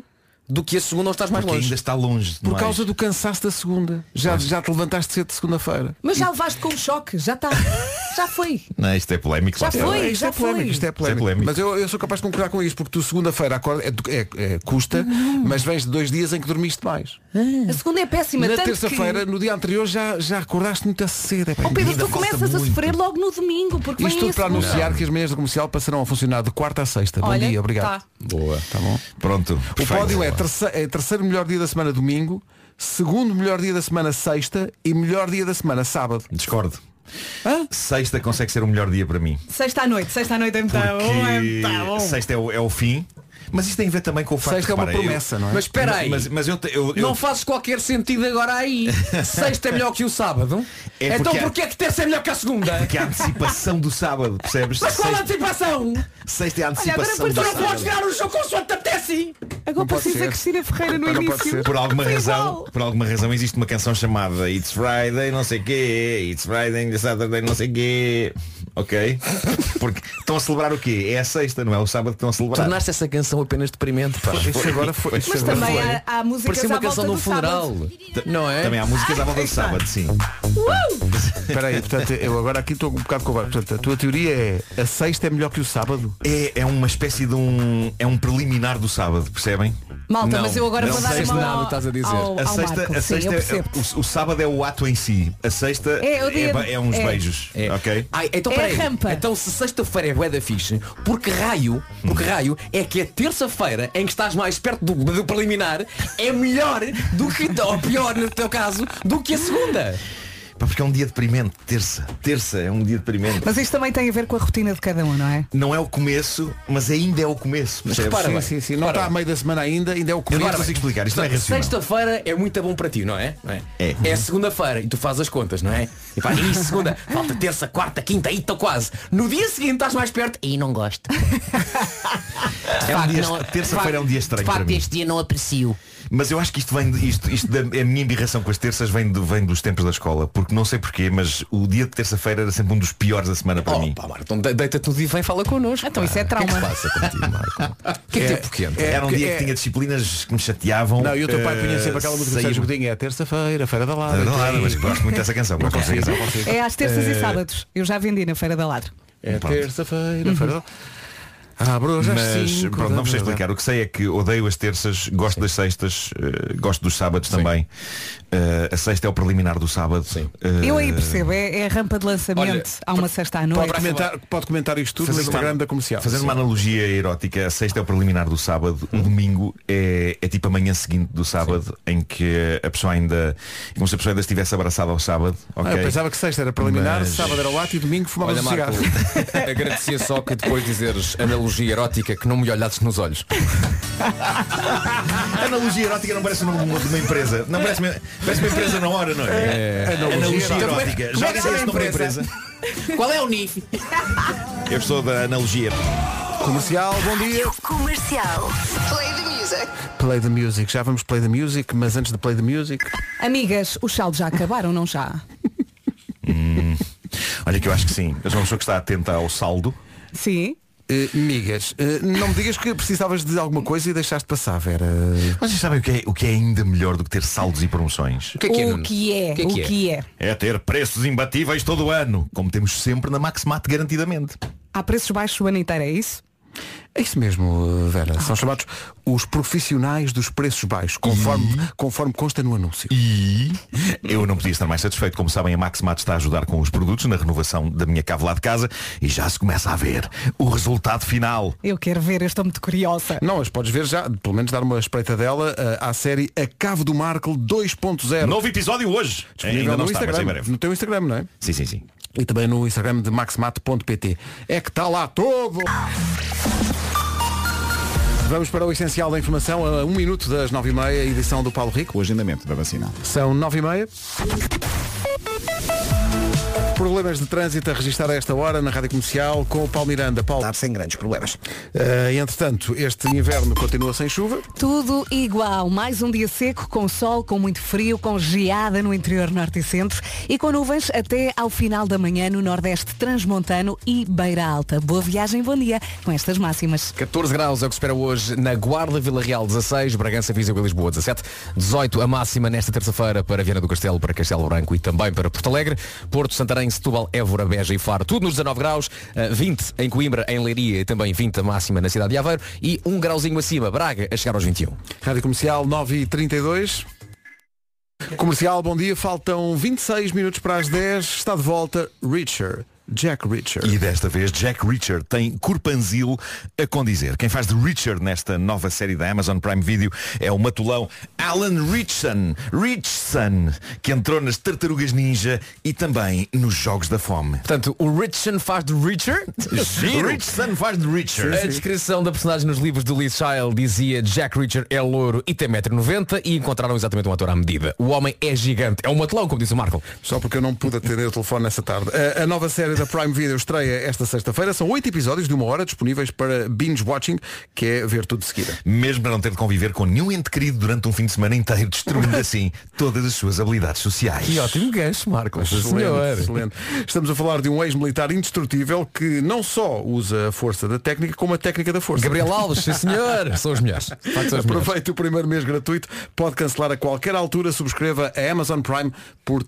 S9: do que a segunda ou estás mais
S16: Porque
S9: longe?
S16: ainda está longe.
S2: Por
S9: demais.
S2: causa do cansaço da segunda. Já, já te levantaste cedo de segunda-feira.
S4: Mas já levaste com um choque, já está. já foi.
S16: Não, isto é polémico.
S4: Já
S16: lá está.
S4: foi,
S2: isto
S4: já
S2: é polémico,
S4: foi.
S2: isto é polémico.
S16: Isto é polémico.
S2: Mas eu, eu sou capaz de concordar com isto, porque tu segunda-feira acorda, é, é- é- custa,
S4: Uhum.
S2: mas vens de dois dias em que dormiste mais.
S4: A segunda é péssima,
S2: Na
S4: tanto
S2: terça-feira,
S4: que...
S2: no dia anterior, já, já acordaste muito a cedo. É, pá,
S4: Oh Pedro,
S2: ainda
S4: tu
S2: falta
S4: começas a
S2: muito.
S4: sofrer logo no domingo, porque
S2: Isto
S4: vem
S2: tudo
S4: esse
S2: para
S4: domingo.
S2: anunciar que as manhãs da comercial passarão a funcionar de quarta a sexta.
S4: Olha,
S2: bom dia, obrigado.
S4: tá.
S9: Boa.
S2: Tá bom.
S16: Pronto.
S2: O pódio é terce- é terceiro melhor dia da semana domingo, segundo melhor dia da semana sexta e melhor dia da semana sábado.
S16: Discordo. Sexta consegue ser o melhor dia para mim.
S18: Sexta à noite, sexta à noite é muito
S4: Tá então.
S18: bom, é
S16: que
S18: muito bom.
S16: sexta é o, é o fim. Mas isto tem a ver também com o facto
S9: Sexta é uma
S16: repara, eu-
S9: promessa, não é? Mas espera aí.
S16: Mas, mas eu, te- eu- eu-
S9: Não fazes qualquer sentido agora aí. Sexta é melhor que o sábado.
S16: É
S9: então
S16: porque há-
S9: porquê é que terça é melhor que a segunda?
S16: Porque a antecipação do sábado, percebes?
S9: Mas qual é a
S16: Sexta-
S9: antecipação?
S16: Sexta é a
S9: Olha, agora
S16: antecipação
S9: tu
S16: do
S9: não
S16: sábado.
S9: podes ganhar o um jogo consoante te apetece.
S18: Agora
S16: precisa
S18: precisa Cristina Ferreira no
S2: Então
S18: início.
S16: Por alguma
S18: Foi
S16: razão,
S18: igual.
S16: por alguma razão existe uma canção chamada It's Friday, não sei quê, It's Friday, Saturday, não sei quê. Ok? Porque estão a celebrar o quê? É a sexta, não é o sábado que estão a celebrar.
S9: Tornaste essa canção apenas deprimente, pá.
S16: Foi, isso agora foi, isso
S4: Mas
S16: agora
S4: também
S16: foi.
S4: há, há músicas
S9: Parecia
S4: à
S9: uma
S4: volta
S9: canção de um
S4: do
S9: funeral.
S4: sábado.
S9: Não é?
S16: Também há músicas à volta do sábado, sim.
S2: Espera aí, portanto, eu agora aqui estou um bocado com Portanto, a tua teoria é a sexta é melhor que o sábado?
S16: É, é uma espécie de um. É um preliminar do sábado, percebem?
S4: Malta,
S16: Não,
S4: mas eu agora
S16: não
S4: vou dar
S16: sei
S4: a mão
S16: nada,
S4: ao,
S16: estás
S9: a dizer.
S4: Ao,
S16: a
S4: ao
S16: sexta,
S4: Marco.
S16: a
S4: Sim,
S16: sexta
S4: eu
S16: é-
S4: percebo.
S16: o, o sábado é o ato em si. A sexta
S4: É, o dia-
S16: ba- é uns
S4: é.
S16: beijos. Ok?
S9: Ai, então
S4: É
S9: peraí.
S4: a rampa.
S9: Então se sexta-feira é bué da fixe, porque raio, porque raio é que a terça-feira em que estás mais perto do, do preliminar é melhor do que, ou pior no teu caso, do que a segunda.
S16: Pá, porque é um dia deprimente, terça. Terça é um dia deprimente.
S4: Mas isto também tem a ver com a rotina de cada um, não é?
S16: Não é o começo, mas ainda é o começo.
S2: Mas
S16: percebes?
S2: repara bem, Sim, sim, sim. Não repara está bem. a meio da semana ainda, ainda é o começo.
S16: Agora consigo explicar, isto não é racional.
S7: então, Sexta-feira é muito bom para ti, não é? Não é? É. segunda-feira e tu fazes as contas, não é? E pá, e segunda, falta terça, quarta, quinta, e estou quase. No dia seguinte estás mais perto e não gosto.
S16: É um
S7: facto,
S16: dia-
S7: não-
S16: Terça-feira é um dia estranho
S7: de facto,
S16: para mim.
S7: este dia não aprecio.
S16: Mas eu acho que isto vem de- isto, isto da, a minha embirração com as terças vem, do- vem dos tempos da escola, porque não sei porquê, mas o dia de terça-feira era sempre um dos piores da semana para mim.
S7: Então de- deita-te no dia e vem falar connosco.
S4: Então isso é trauma. tipo?
S16: Que
S2: É-
S16: tempo quente.
S2: é-
S16: era um dia
S2: é-
S16: que tinha disciplinas que me chateavam.
S2: Não, e o teu pai
S16: eh,
S2: punha sempre aquela música do
S16: saía-
S2: Sérgio Godinho, é terça-feira, feira da lada.
S16: Feira da Lada, mas gosto muito dessa canção, gosto muito dessa canção.
S4: É às terças e
S2: Eh,
S4: sábados. Eu já vendi na Feira da Ladro.
S2: É
S16: Pronto.
S2: terça-feira,
S4: Uhum.
S2: feira da Abro hoje às
S16: Mas
S2: cinco
S16: pronto,
S2: da
S16: não vos sei
S2: manhã.
S16: explicar. O que sei é que odeio as terças, gosto das sextas, eh, gosto dos sábados também. Eh, a sexta é o preliminar do sábado. Eh,
S4: Eu aí percebo, é, é a rampa de lançamento
S16: Olha,
S4: há uma sexta à noite.
S2: Pode comentar, pode comentar isto tudo no
S16: Fazendo
S2: Instagram
S16: uma-
S2: da comercial.
S16: Fazendo
S2: Sim. Hum.
S16: uma analogia erótica, a sexta é o preliminar do sábado, o domingo é, é tipo a manhã seguinte do sábado, em que a pessoa ainda. como se a pessoa ainda estivesse abraçada ao sábado. ok?
S2: Ah, eu pensava que sexta era preliminar,
S16: Mas-
S2: sábado era o ato e domingo fumava
S16: Olha,
S2: um cigarro.
S16: Marco,
S9: Agradecia só que depois dizeres analogia erótica que não me olhasses nos olhos.
S16: Analogia erótica não parece o nome de uma, de uma empresa. Não parece, uma- parece uma empresa na hora, não é?
S9: É.
S16: Analogia,
S9: Analogia
S16: erótica.
S9: erótica.
S16: Já
S9: Como é que se
S16: disse
S9: chama
S16: esse nome da empresa?
S7: Qual é o NIF?
S16: Eu sou da analogia.
S2: Comercial, bom dia.
S8: Comercial. Play the music.
S2: Play the music. Já vamos play the music, mas antes de play the music.
S4: Amigas, os saldos já acabaram, não já?
S16: Hum, olha que eu acho que sim. Eu sou uma pessoa que está atenta ao saldo.
S4: Sim.
S2: migas, eh, não me digas que precisavas de alguma coisa e deixaste passar, Vera.
S16: Mas vocês sabem o que, é, o que é ainda melhor do que ter saldos e promoções?
S4: o que é? O que é?
S16: É ter preços imbatíveis todo o ano, como temos sempre na Maxmat garantidamente.
S4: Há preços baixos o ano inteiro, é isso?
S2: É isso mesmo, eh, Vera. São chamados os profissionais dos preços baixos, conforme, conforme consta no anúncio.
S16: E eu não podia estar mais satisfeito. Como sabem, a Maxmat está a ajudar com os produtos na renovação da minha cave lá de casa e já se começa a ver o resultado final.
S4: Eu quero ver, eu estou muito curiosa.
S2: Não, mas podes ver já, pelo menos dar uma espreita dela eh, à série A Cave do Marco 2.0.
S16: Novo episódio hoje.
S2: Disponível
S16: Ainda
S2: no
S16: não está, mas
S2: Instagram,
S16: em breve.
S2: No teu Instagram, não é?
S16: Sim, sim, sim.
S2: E também no Instagram de maxmat.pt. É que está lá todo! Vamos para o essencial da informação a um minuto das nove e meia, edição do Paulo Rico.
S5: O agendamento da vacina.
S2: São nove e meia. Problemas de trânsito a registrar a esta hora na Rádio Comercial com o Paulo Miranda. Paulo. Está
S3: sem grandes problemas.
S2: entretanto, este inverno continua sem chuva.
S4: Tudo igual. Mais um dia seco, com sol, com muito frio, com geada no interior norte e centro e com nuvens até ao final da manhã no nordeste transmontano e beira alta. Boa viagem, bom dia com estas máximas.
S9: 14 graus é o que se espera hoje na Guarda, Vila Real 16, Bragança, Viseu e Lisboa 17, 18 a máxima nesta terça-feira para Viana do Castelo, para Castelo Branco e também para Porto Alegre, Porto, Santarém, Setúbal, Évora, Beja e Faro, tudo nos 19 graus, eh, 20 em Coimbra, em Leiria e também 20 a máxima na cidade de Aveiro e um grauzinho acima, Braga, a chegar aos 21.
S2: Rádio Comercial 9 e 32 Comercial, bom dia. Faltam 26 minutos para as 10. Está de volta Richard. Jack Richard.
S16: E desta vez Jack Richard tem Corpanzil a condizer. Quem faz de Richard nesta nova série da Amazon Prime Video é o matulão Alan Richson, Richson, que entrou nas Tartarugas Ninja e também nos Jogos da Fome.
S9: Portanto, o Richson faz de Richard.
S16: Giro. Richson faz de Richard.
S9: A descrição da personagem nos livros de Lee Child dizia Jack Richard é louro e tem 1,90m e encontraram exatamente um ator à medida. O homem é gigante, é um matelão, como disse o Marco.
S2: Só porque eu não pude atender o telefone nessa tarde. A, a nova série da Prime Video estreia esta sexta-feira. São oito episódios de uma hora disponíveis para binge-watching, que é ver tudo de seguida.
S16: Mesmo para não ter de conviver com nenhum ente querido durante um fim de semana inteiro, destruindo assim todas as suas habilidades sociais.
S9: Que ótimo gancho, Marco.
S2: Excelente, excelente. Estamos a falar de um ex-militar indestrutível que não só usa a força da técnica, como a técnica da força.
S9: Gabriel Alves, sim senhor, são os melhores. De facto, são os melhores.
S2: Aproveite o primeiro mês gratuito. Pode cancelar a qualquer altura. Subscreva a Amazon Prime por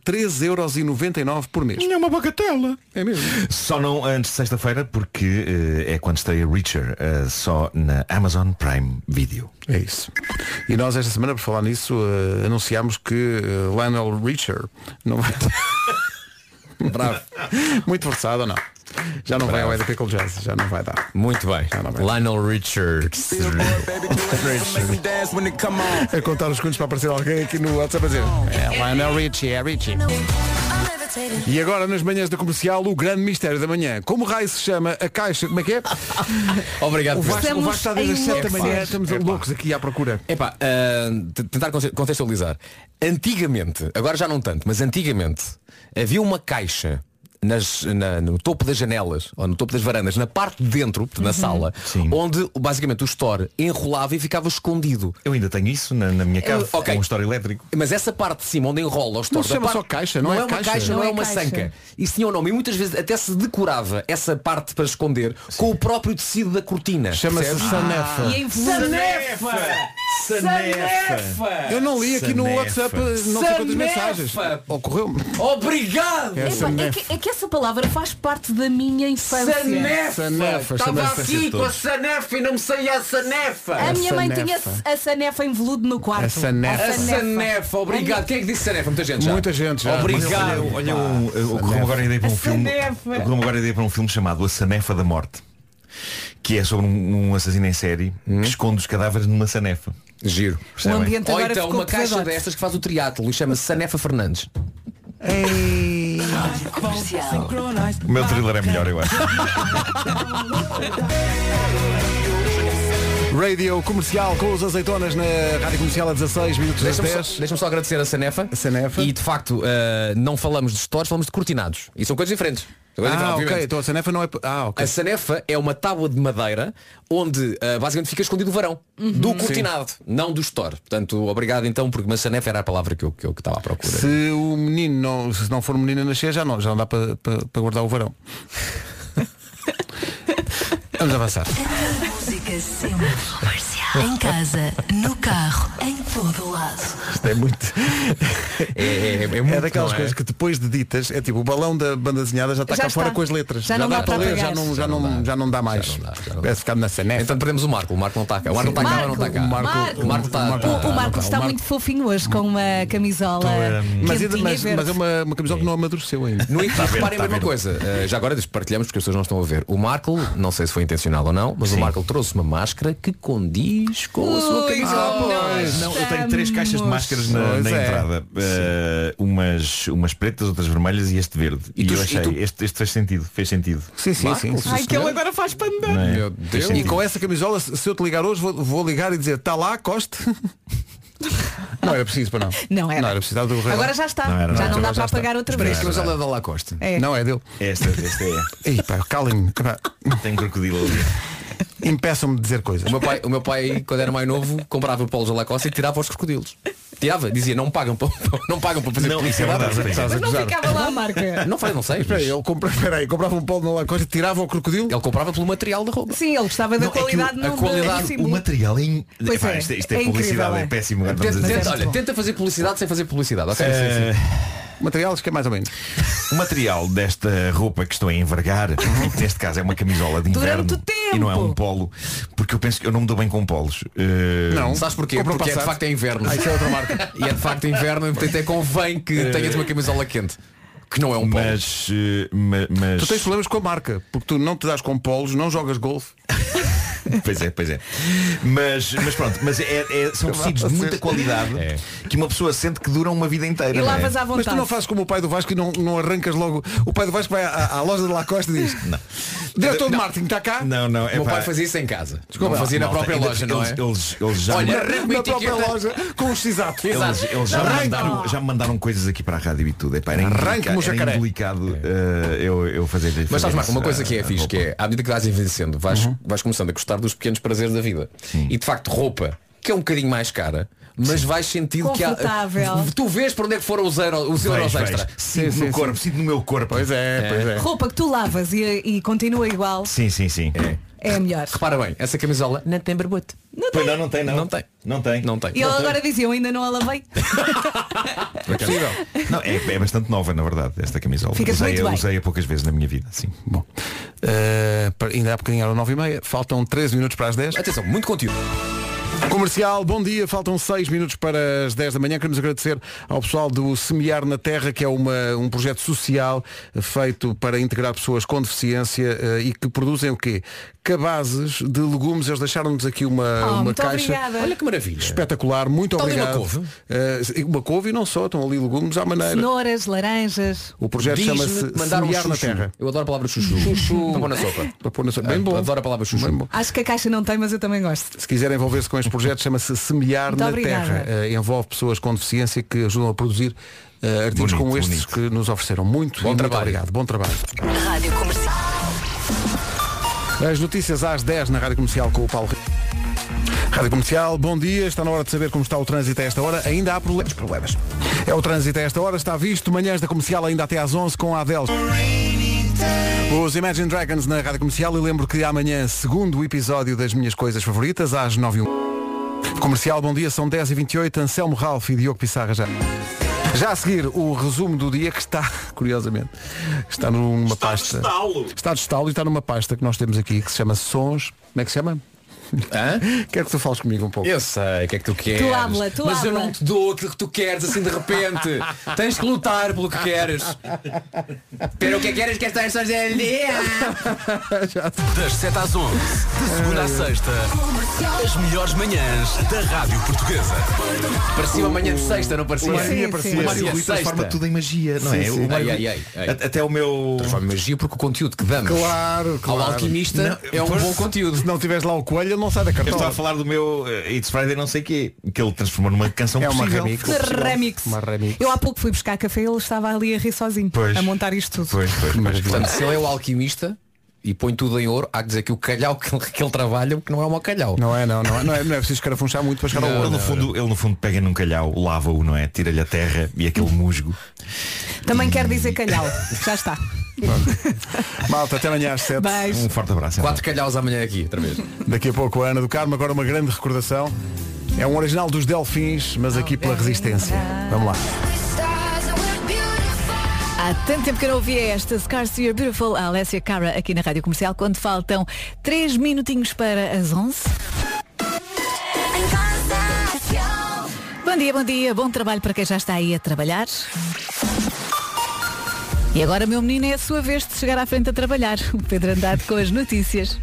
S2: 3,99€ por mês.
S16: É uma bagatela.
S2: É mesmo.
S16: Só não antes de sexta-feira, porque eh, é quando estreia Richard, eh, só na Amazon Prime Video.
S2: É isso. E nós esta semana, por falar nisso, eh, anunciámos que eh, Lionel Richard não vai... Bravo. Muito forçado ou não? Já não vai ao EDP com Jazz, já não vai dar.
S9: Muito bem. Lionel Richards.
S2: A contar os segundos para aparecer alguém aqui no WhatsApp a dizer. É Lionel Richie, é Richie. E agora nas manhãs da comercial, o grande mistério da manhã. Como raio se chama a caixa? Como é que é?
S9: Obrigado.
S2: O
S9: por
S2: Vasco, o Vasco está desde as 7 da manhã,
S9: Epá.
S2: estamos loucos aqui à procura.
S9: Epá, ah, t- tentar conce- contextualizar. Antigamente, agora já não tanto, mas antigamente havia uma caixa nas- na- no topo das janelas ou no topo das varandas, na parte de dentro, na
S16: Uhum.
S9: sala, onde basicamente o store enrolava e ficava escondido.
S16: Eu ainda tenho isso na, na minha casa,
S9: Eu- ok.
S16: com um store elétrico.
S9: Mas essa parte de cima onde enrola o store
S16: se
S9: da
S16: chama
S9: parte-
S16: só caixa, não é
S9: uma
S16: caixa.
S9: caixa, não,
S16: Não
S9: é
S16: é
S9: uma
S16: caixa.
S9: sanca. Isso tinha o nome. E muitas vezes até se decorava essa parte para esconder com o próprio tecido da cortina.
S2: Chama-se
S9: percebes? Ah.
S2: sanefa.
S9: E em-
S2: Sanefa!
S9: Sanefa!
S2: Eu não li aqui no
S9: Sanefa.
S2: WhatsApp não sei quantas
S9: Sanefa!
S2: mensagens. Ocorreu-me.
S9: Obrigado!
S2: É
S4: Epá, É,
S2: sanefa.
S4: que, é que essa palavra faz parte da minha infância.
S2: Sanefa,
S3: Tá
S2: chama-se assim todos.
S9: sanefa e não me saía a sanefa.
S4: A minha mãe
S2: sanefa.
S4: tinha a sanefa em veludo no quarto.
S2: A sanefa.
S9: A sanefa, obrigado. Quem é que disse sanefa? Muita gente já.
S2: Muita gente já.
S9: Obrigado.
S16: Olha, olha um, eu corro-me agora a ideia para um
S9: A
S16: filme.
S9: Sanefa.
S16: Eu corro-me agora a ideia para um filme chamado A Sanefa da Morte, que é sobre um, um assassino em série
S9: Hum?
S16: que esconde os cadáveres numa sanefa.
S9: Giro.
S16: Percebem?
S9: Ou então uma caixa destas que faz o triatlo e chama-se Sanefa Fernandes.
S16: O
S9: Ah,
S16: meu thriller é melhor, eu acho.
S2: Radio comercial com os azeitonas na rádio comercial a 16 minutos das
S9: Deixa-me
S2: 10.
S9: só, deixa-me só agradecer a Sanefa. E de facto, eh, não falamos de stores, falamos de cortinados. E são coisas diferentes. São coisas diferentes,
S2: Ah, ok,
S9: obviamente.
S2: então a sanefa não é. Ah, ok.
S9: A sanefa é uma tábua de madeira onde ah, basicamente fica escondido o varão do
S2: Sim.
S9: cortinado, não do store. Portanto, obrigado então, porque uma sanefa era a palavra que eu, que eu que estava à procura.
S2: Se o menino não, se não for um menino a nascer, já não, já não dá para para- para guardar o varão. Vamos avançar.
S7: Música sempre comercial. Em casa, no carro, em todo lado.
S2: Isto é muito.
S9: É, é, é
S2: É
S9: muito,
S2: daquelas
S9: não é?
S2: coisas que depois de ditas, é tipo, o balão da banda desenhada já está
S9: Já
S2: cá
S9: está.
S2: fora com as letras.
S9: Já não dá para
S2: ler,
S9: apagar.
S2: já não, já,
S9: Já
S2: não,
S9: não
S2: já não dá mais. Parece ficar na sanefa.
S9: Então perdemos o Marco, o Marco não está cá. O Marco não está cá,
S4: Marco,
S9: não está cá.
S4: Marco,
S9: o Ah, Marco tá- está
S4: O, o Marco tá está muito fofinho hoje com uma camisola.
S2: Mas, ainda-
S4: quentinha
S2: mas,
S4: e verde.
S2: mas é uma, uma camisola que não amadureceu ainda.
S9: No entanto,
S2: tá
S9: reparem a mesma coisa. Eh, já agora partilhamos porque as pessoas não estão a ver. O Marco, não sei se foi intencional ou não, mas o Marco trouxe uma máscara que condiz com a sua camisola.
S16: Não, eu tenho três caixas de máscaras na,
S9: Pois
S16: na
S9: é.
S16: entrada. Uh, umas, umas pretas, outras vermelhas e este verde. E,
S9: tu-
S16: eu
S9: e
S16: achei,
S9: tu-
S16: este, este fez sentido. Fez sentido.
S2: Marco, sim,
S20: Ai, que
S2: senhor.
S20: ele agora faz pandan.
S16: Não é?
S2: Meu
S16: Fez
S2: Deus. E
S16: sentido.
S2: com essa camisola, se se eu te ligar hoje, vou, vou ligar e dizer, está lá, Coste? não era preciso para não.
S4: Não era.
S2: Não era preciso.
S4: Agora já está. já não dá para apagar outra vez.
S9: da Lacoste.
S4: É.
S2: Não é dele.
S16: Esta, esta é.
S2: Ei, pá, calem-me. Pá,
S16: Tem um crocodilo ali.
S2: Impeçam-me de dizer coisas.
S9: O meu pai, o meu pai quando era mais novo, comprava polos da Lacoste e tirava os crocodilos. Tirava, dizia, não pagam para, não pagam para fazer
S2: Não,
S9: polícia.
S2: isso é verdade,
S9: Mas
S2: estás a
S9: não
S2: gozar.
S9: ficava lá a marca. Não faz, não sei.
S2: Espera aí, ele compra, espera aí, comprava um polo na Lacoste e tirava o crocodilo?
S9: Ele comprava pelo material da roupa.
S4: Sim, ele gostava da qualidade, não da- do
S16: o
S4: símbolo.
S16: material é, in...
S4: Pois
S16: Epá,
S4: é,
S16: isto, isto é,
S4: é incrível,
S16: publicidade,
S4: é.
S16: é péssimo.
S9: Tenta,
S16: vamos dizer.
S9: tenta- olha, tenta fazer publicidade sem fazer publicidade.
S2: É.
S9: ok?
S2: Material, acho que é mais ou menos.
S16: O material desta roupa que estou a envergar, e que neste caso é uma camisola de
S4: Durante
S16: inverno
S4: o tempo.
S16: e não é um polo, porque eu penso que eu não me dou bem com polos. Eh,
S9: Não. Sabes porquê?
S2: um
S9: Porque é de facto é inverno.
S16: Ah, isso é outra
S9: marca. E é de facto inverno, portanto até convém que
S2: É.
S16: Eh,
S9: tenhas uma camisola quente. Que não é um polo.
S16: Mas, eh, ma- mas...
S2: Tu tens problemas com a marca, porque tu não te dás com polos, não jogas golfe.
S16: Pois é, pois é. Mas, mas pronto, mas é- é- são tecidos de muita qualidade que uma pessoa sente que duram uma vida inteira. não é?
S2: Mas tu não fazes como o pai do Vasco e não, não arrancas logo. O pai do Vasco vai à, à loja de Lacoste e diz. Não. Diretor de
S16: Não.
S2: marketing, está cá?
S16: Não, não, é
S9: meu
S16: pá.
S9: pai fazia isso em casa.
S16: Desculpa,
S9: não fazia na
S16: malta,
S9: própria
S16: ainda-
S9: loja, não é?
S16: eles- eles- eles já-
S9: Olha,
S16: Na-
S9: arranca
S2: Na
S9: uma
S2: própria
S9: etiqueta.
S2: loja, com os cisatos.
S16: Eles, eles já, me
S2: Arranca.
S16: mandaram, já me mandaram coisas aqui para a rádio e tudo. Epá, era
S2: Arranca-me
S16: indelica-
S2: o
S16: era
S2: jacaré.
S16: indelicado eh, eu, eu fazer
S9: Mas sabes, Marco, uma coisa que é
S16: fiz
S9: fixe, que é, à medida que vais envelhecendo, vais,
S2: Uhum.
S9: vais começando a gostar dos pequenos prazeres da vida. E de facto, roupa, que é um bocadinho mais cara, mas vais sentindo que há.
S4: Confortável.
S9: Tu vês para onde é que foram os, euro, os euros extra.
S16: Sinto no corpo, sinto no meu corpo. Pois
S2: é,
S9: pois é.
S4: Roupa que tu lavas e, e continua igual
S16: Sim, sim, sim.
S4: é a melhor.
S9: Repara bem, essa camisola não tem barbote.
S16: Não tem. não, não tem, não. Não tem. Não tem.
S9: Não tem.
S4: E ele agora dizia, eu ainda não a lavei.
S16: Por acaso- Não, é, é bastante nova, na verdade, esta camisola.
S4: Ficas
S16: usei,
S4: muito
S16: eu
S4: bem.
S16: usei a poucas vezes na minha vida, sim.
S2: Bom. eh, Uh, para- ainda há bocadinho eram 9 e meia, faltam 13 minutos para as 10.
S9: Atenção, muito conteúdo.
S2: Comercial, bom dia. Faltam 6 minutos para as 10 da manhã. Queremos agradecer ao pessoal do Semear na Terra, que é uma, um projeto social feito para integrar pessoas com deficiência eh, e que produzem o quê? Cabazes de legumes. Eles deixaram-nos aqui uma,
S4: Oh,
S2: uma
S4: muito
S2: caixa.
S4: obrigada. Olha que
S2: maravilha. Espetacular. Muito
S4: Está ali uma
S2: obrigado.
S4: couve?
S2: Eh, uma couve e não só. Estão ali legumes à maneira.
S4: Cenouras, laranjas.
S2: O projeto
S7: Diz-me
S2: chama-se
S7: mandar um
S2: Semear na
S7: chuchu.
S2: Terra.
S7: Eu adoro a palavra chuchu.
S2: Chuchu.
S7: Para pôr na sopa.
S2: Para pôr na sopa. Bem bom.
S7: Adoro a palavra chuchu.
S4: Acho que a caixa não tem, mas eu também gosto.
S2: Se quiser envolver-se com este projeto, chama-se Semear
S4: Muito
S2: na
S4: obrigada.
S2: Terra. Eh, envolve pessoas com deficiência que ajudam a produzir eh, artigos
S16: Bonito,
S2: como estes que nos ofereceram. Muito, e muito obrigado. Bom trabalho.
S8: Rádio Comercial.
S2: As notícias às 10 na Rádio Comercial com o Paulo Rico. Rádio Comercial, bom dia. Está na hora de saber como está o trânsito a esta hora. Ainda há problemas. problemas. É o trânsito a esta hora. Está visto. Manhãs da Comercial ainda até às 11 com a Adele. Os Imagine Dragons na Rádio Comercial. E lembro que amanhã, segundo episódio das minhas coisas favoritas, às 9 e 1. Comercial, bom dia. São 10h28. Anselmo Ralph e Diogo Pissarra já. Já a seguir, o resumo do dia que está, curiosamente, está numa pasta.
S17: estalo.
S2: Está de estalo e está numa pasta que nós temos aqui que se chama Sons. Como é que se chama? Quero que tu fales comigo um pouco.
S7: Eu sei o que é que tu queres.
S4: habla, tu
S7: mas eu
S4: habla.
S7: não te dou aquilo que tu queres assim de repente. Tens que lutar pelo que queres. Pero o que queres que estas pessoas é
S19: Das 7 às 11, de segunda
S2: É.
S19: à sexta, as melhores manhãs da Rádio Portuguesa.
S7: Parecia uma manhã de sexta, não parecia?
S16: O Mário Sim, parecia. sim.
S7: Uma manhã de
S16: O Rui transforma
S7: assim, sexta.
S16: tudo em magia, não
S7: Sim,
S16: é?
S7: sim.
S16: O Mário-
S7: Ai, ai, ai, ai.
S16: Até o meu.
S7: Transforma em magia porque o conteúdo que damos
S2: Claro, claro.
S7: ao alquimista
S16: Não,
S7: é um
S16: pois-
S7: bom conteúdo.
S2: Se não tiveres lá o coelho, ele não sai da
S16: Eu estava a
S2: cartola.
S16: falar do meu eh, It's Friday não sei quê, que ele transformou numa canção
S2: É uma
S16: possível.
S2: remix.
S4: Remix.
S2: Uma remix.
S4: Eu há pouco fui buscar café e ele estava ali a rir sozinho.
S16: Pois.
S4: A montar isto tudo.
S16: Pois, pois, pois.
S7: Portanto, se ele é o alquimista e põe tudo em ouro, há que dizer que o calhau que ele, que ele trabalha que não é o mau calhau.
S2: Não é, não, não é, não é, não é preciso carafunchar muito para chegar ao
S16: ele,
S2: olho.
S16: no fundo, ele no fundo pega num calhau, lava-o, não é? Tira-lhe a terra e
S7: Uhum.
S16: aquele musgo.
S4: Também quer dizer calhau. Já está.
S2: Malta, até amanhã às 7.
S4: Beijo.
S16: Um forte abraço.
S7: Quatro calhaus amanhã aqui, outra vez.
S2: Daqui a pouco a Ana do Carmo, agora uma grande recordação. É um original dos Delfins, mas aqui pela resistência. Vamos lá.
S21: Há tanto tempo que eu não ouvia esta Scars You're Beautiful, a Alessia Cara aqui na Rádio Comercial, quando faltam 3 minutinhos para as 11. Bom dia, bom dia, bom trabalho para quem já está aí a trabalhar. E agora, meu menino, é a sua vez de chegar à frente a trabalhar. O Pedro Andrade com as notícias.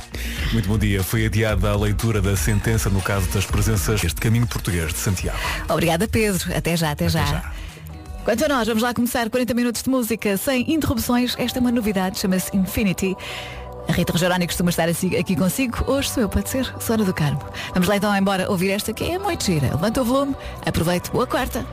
S19: Muito bom dia. Foi adiada a leitura da sentença no caso das presenças deste caminho português de Santiago.
S21: Obrigada, Pedro. Até já, até, já. Quanto a Então nós, vamos lá começar 40 minutos de música sem interrupções. Esta é uma novidade, chama-se Infinity. A Rita Rogeroni costuma estar assim- aqui consigo. Hoje sou eu, pode ser? Sora do Carmo. Vamos lá então embora ouvir esta que é muito gira. Levanta o volume, aproveite, boa quarta.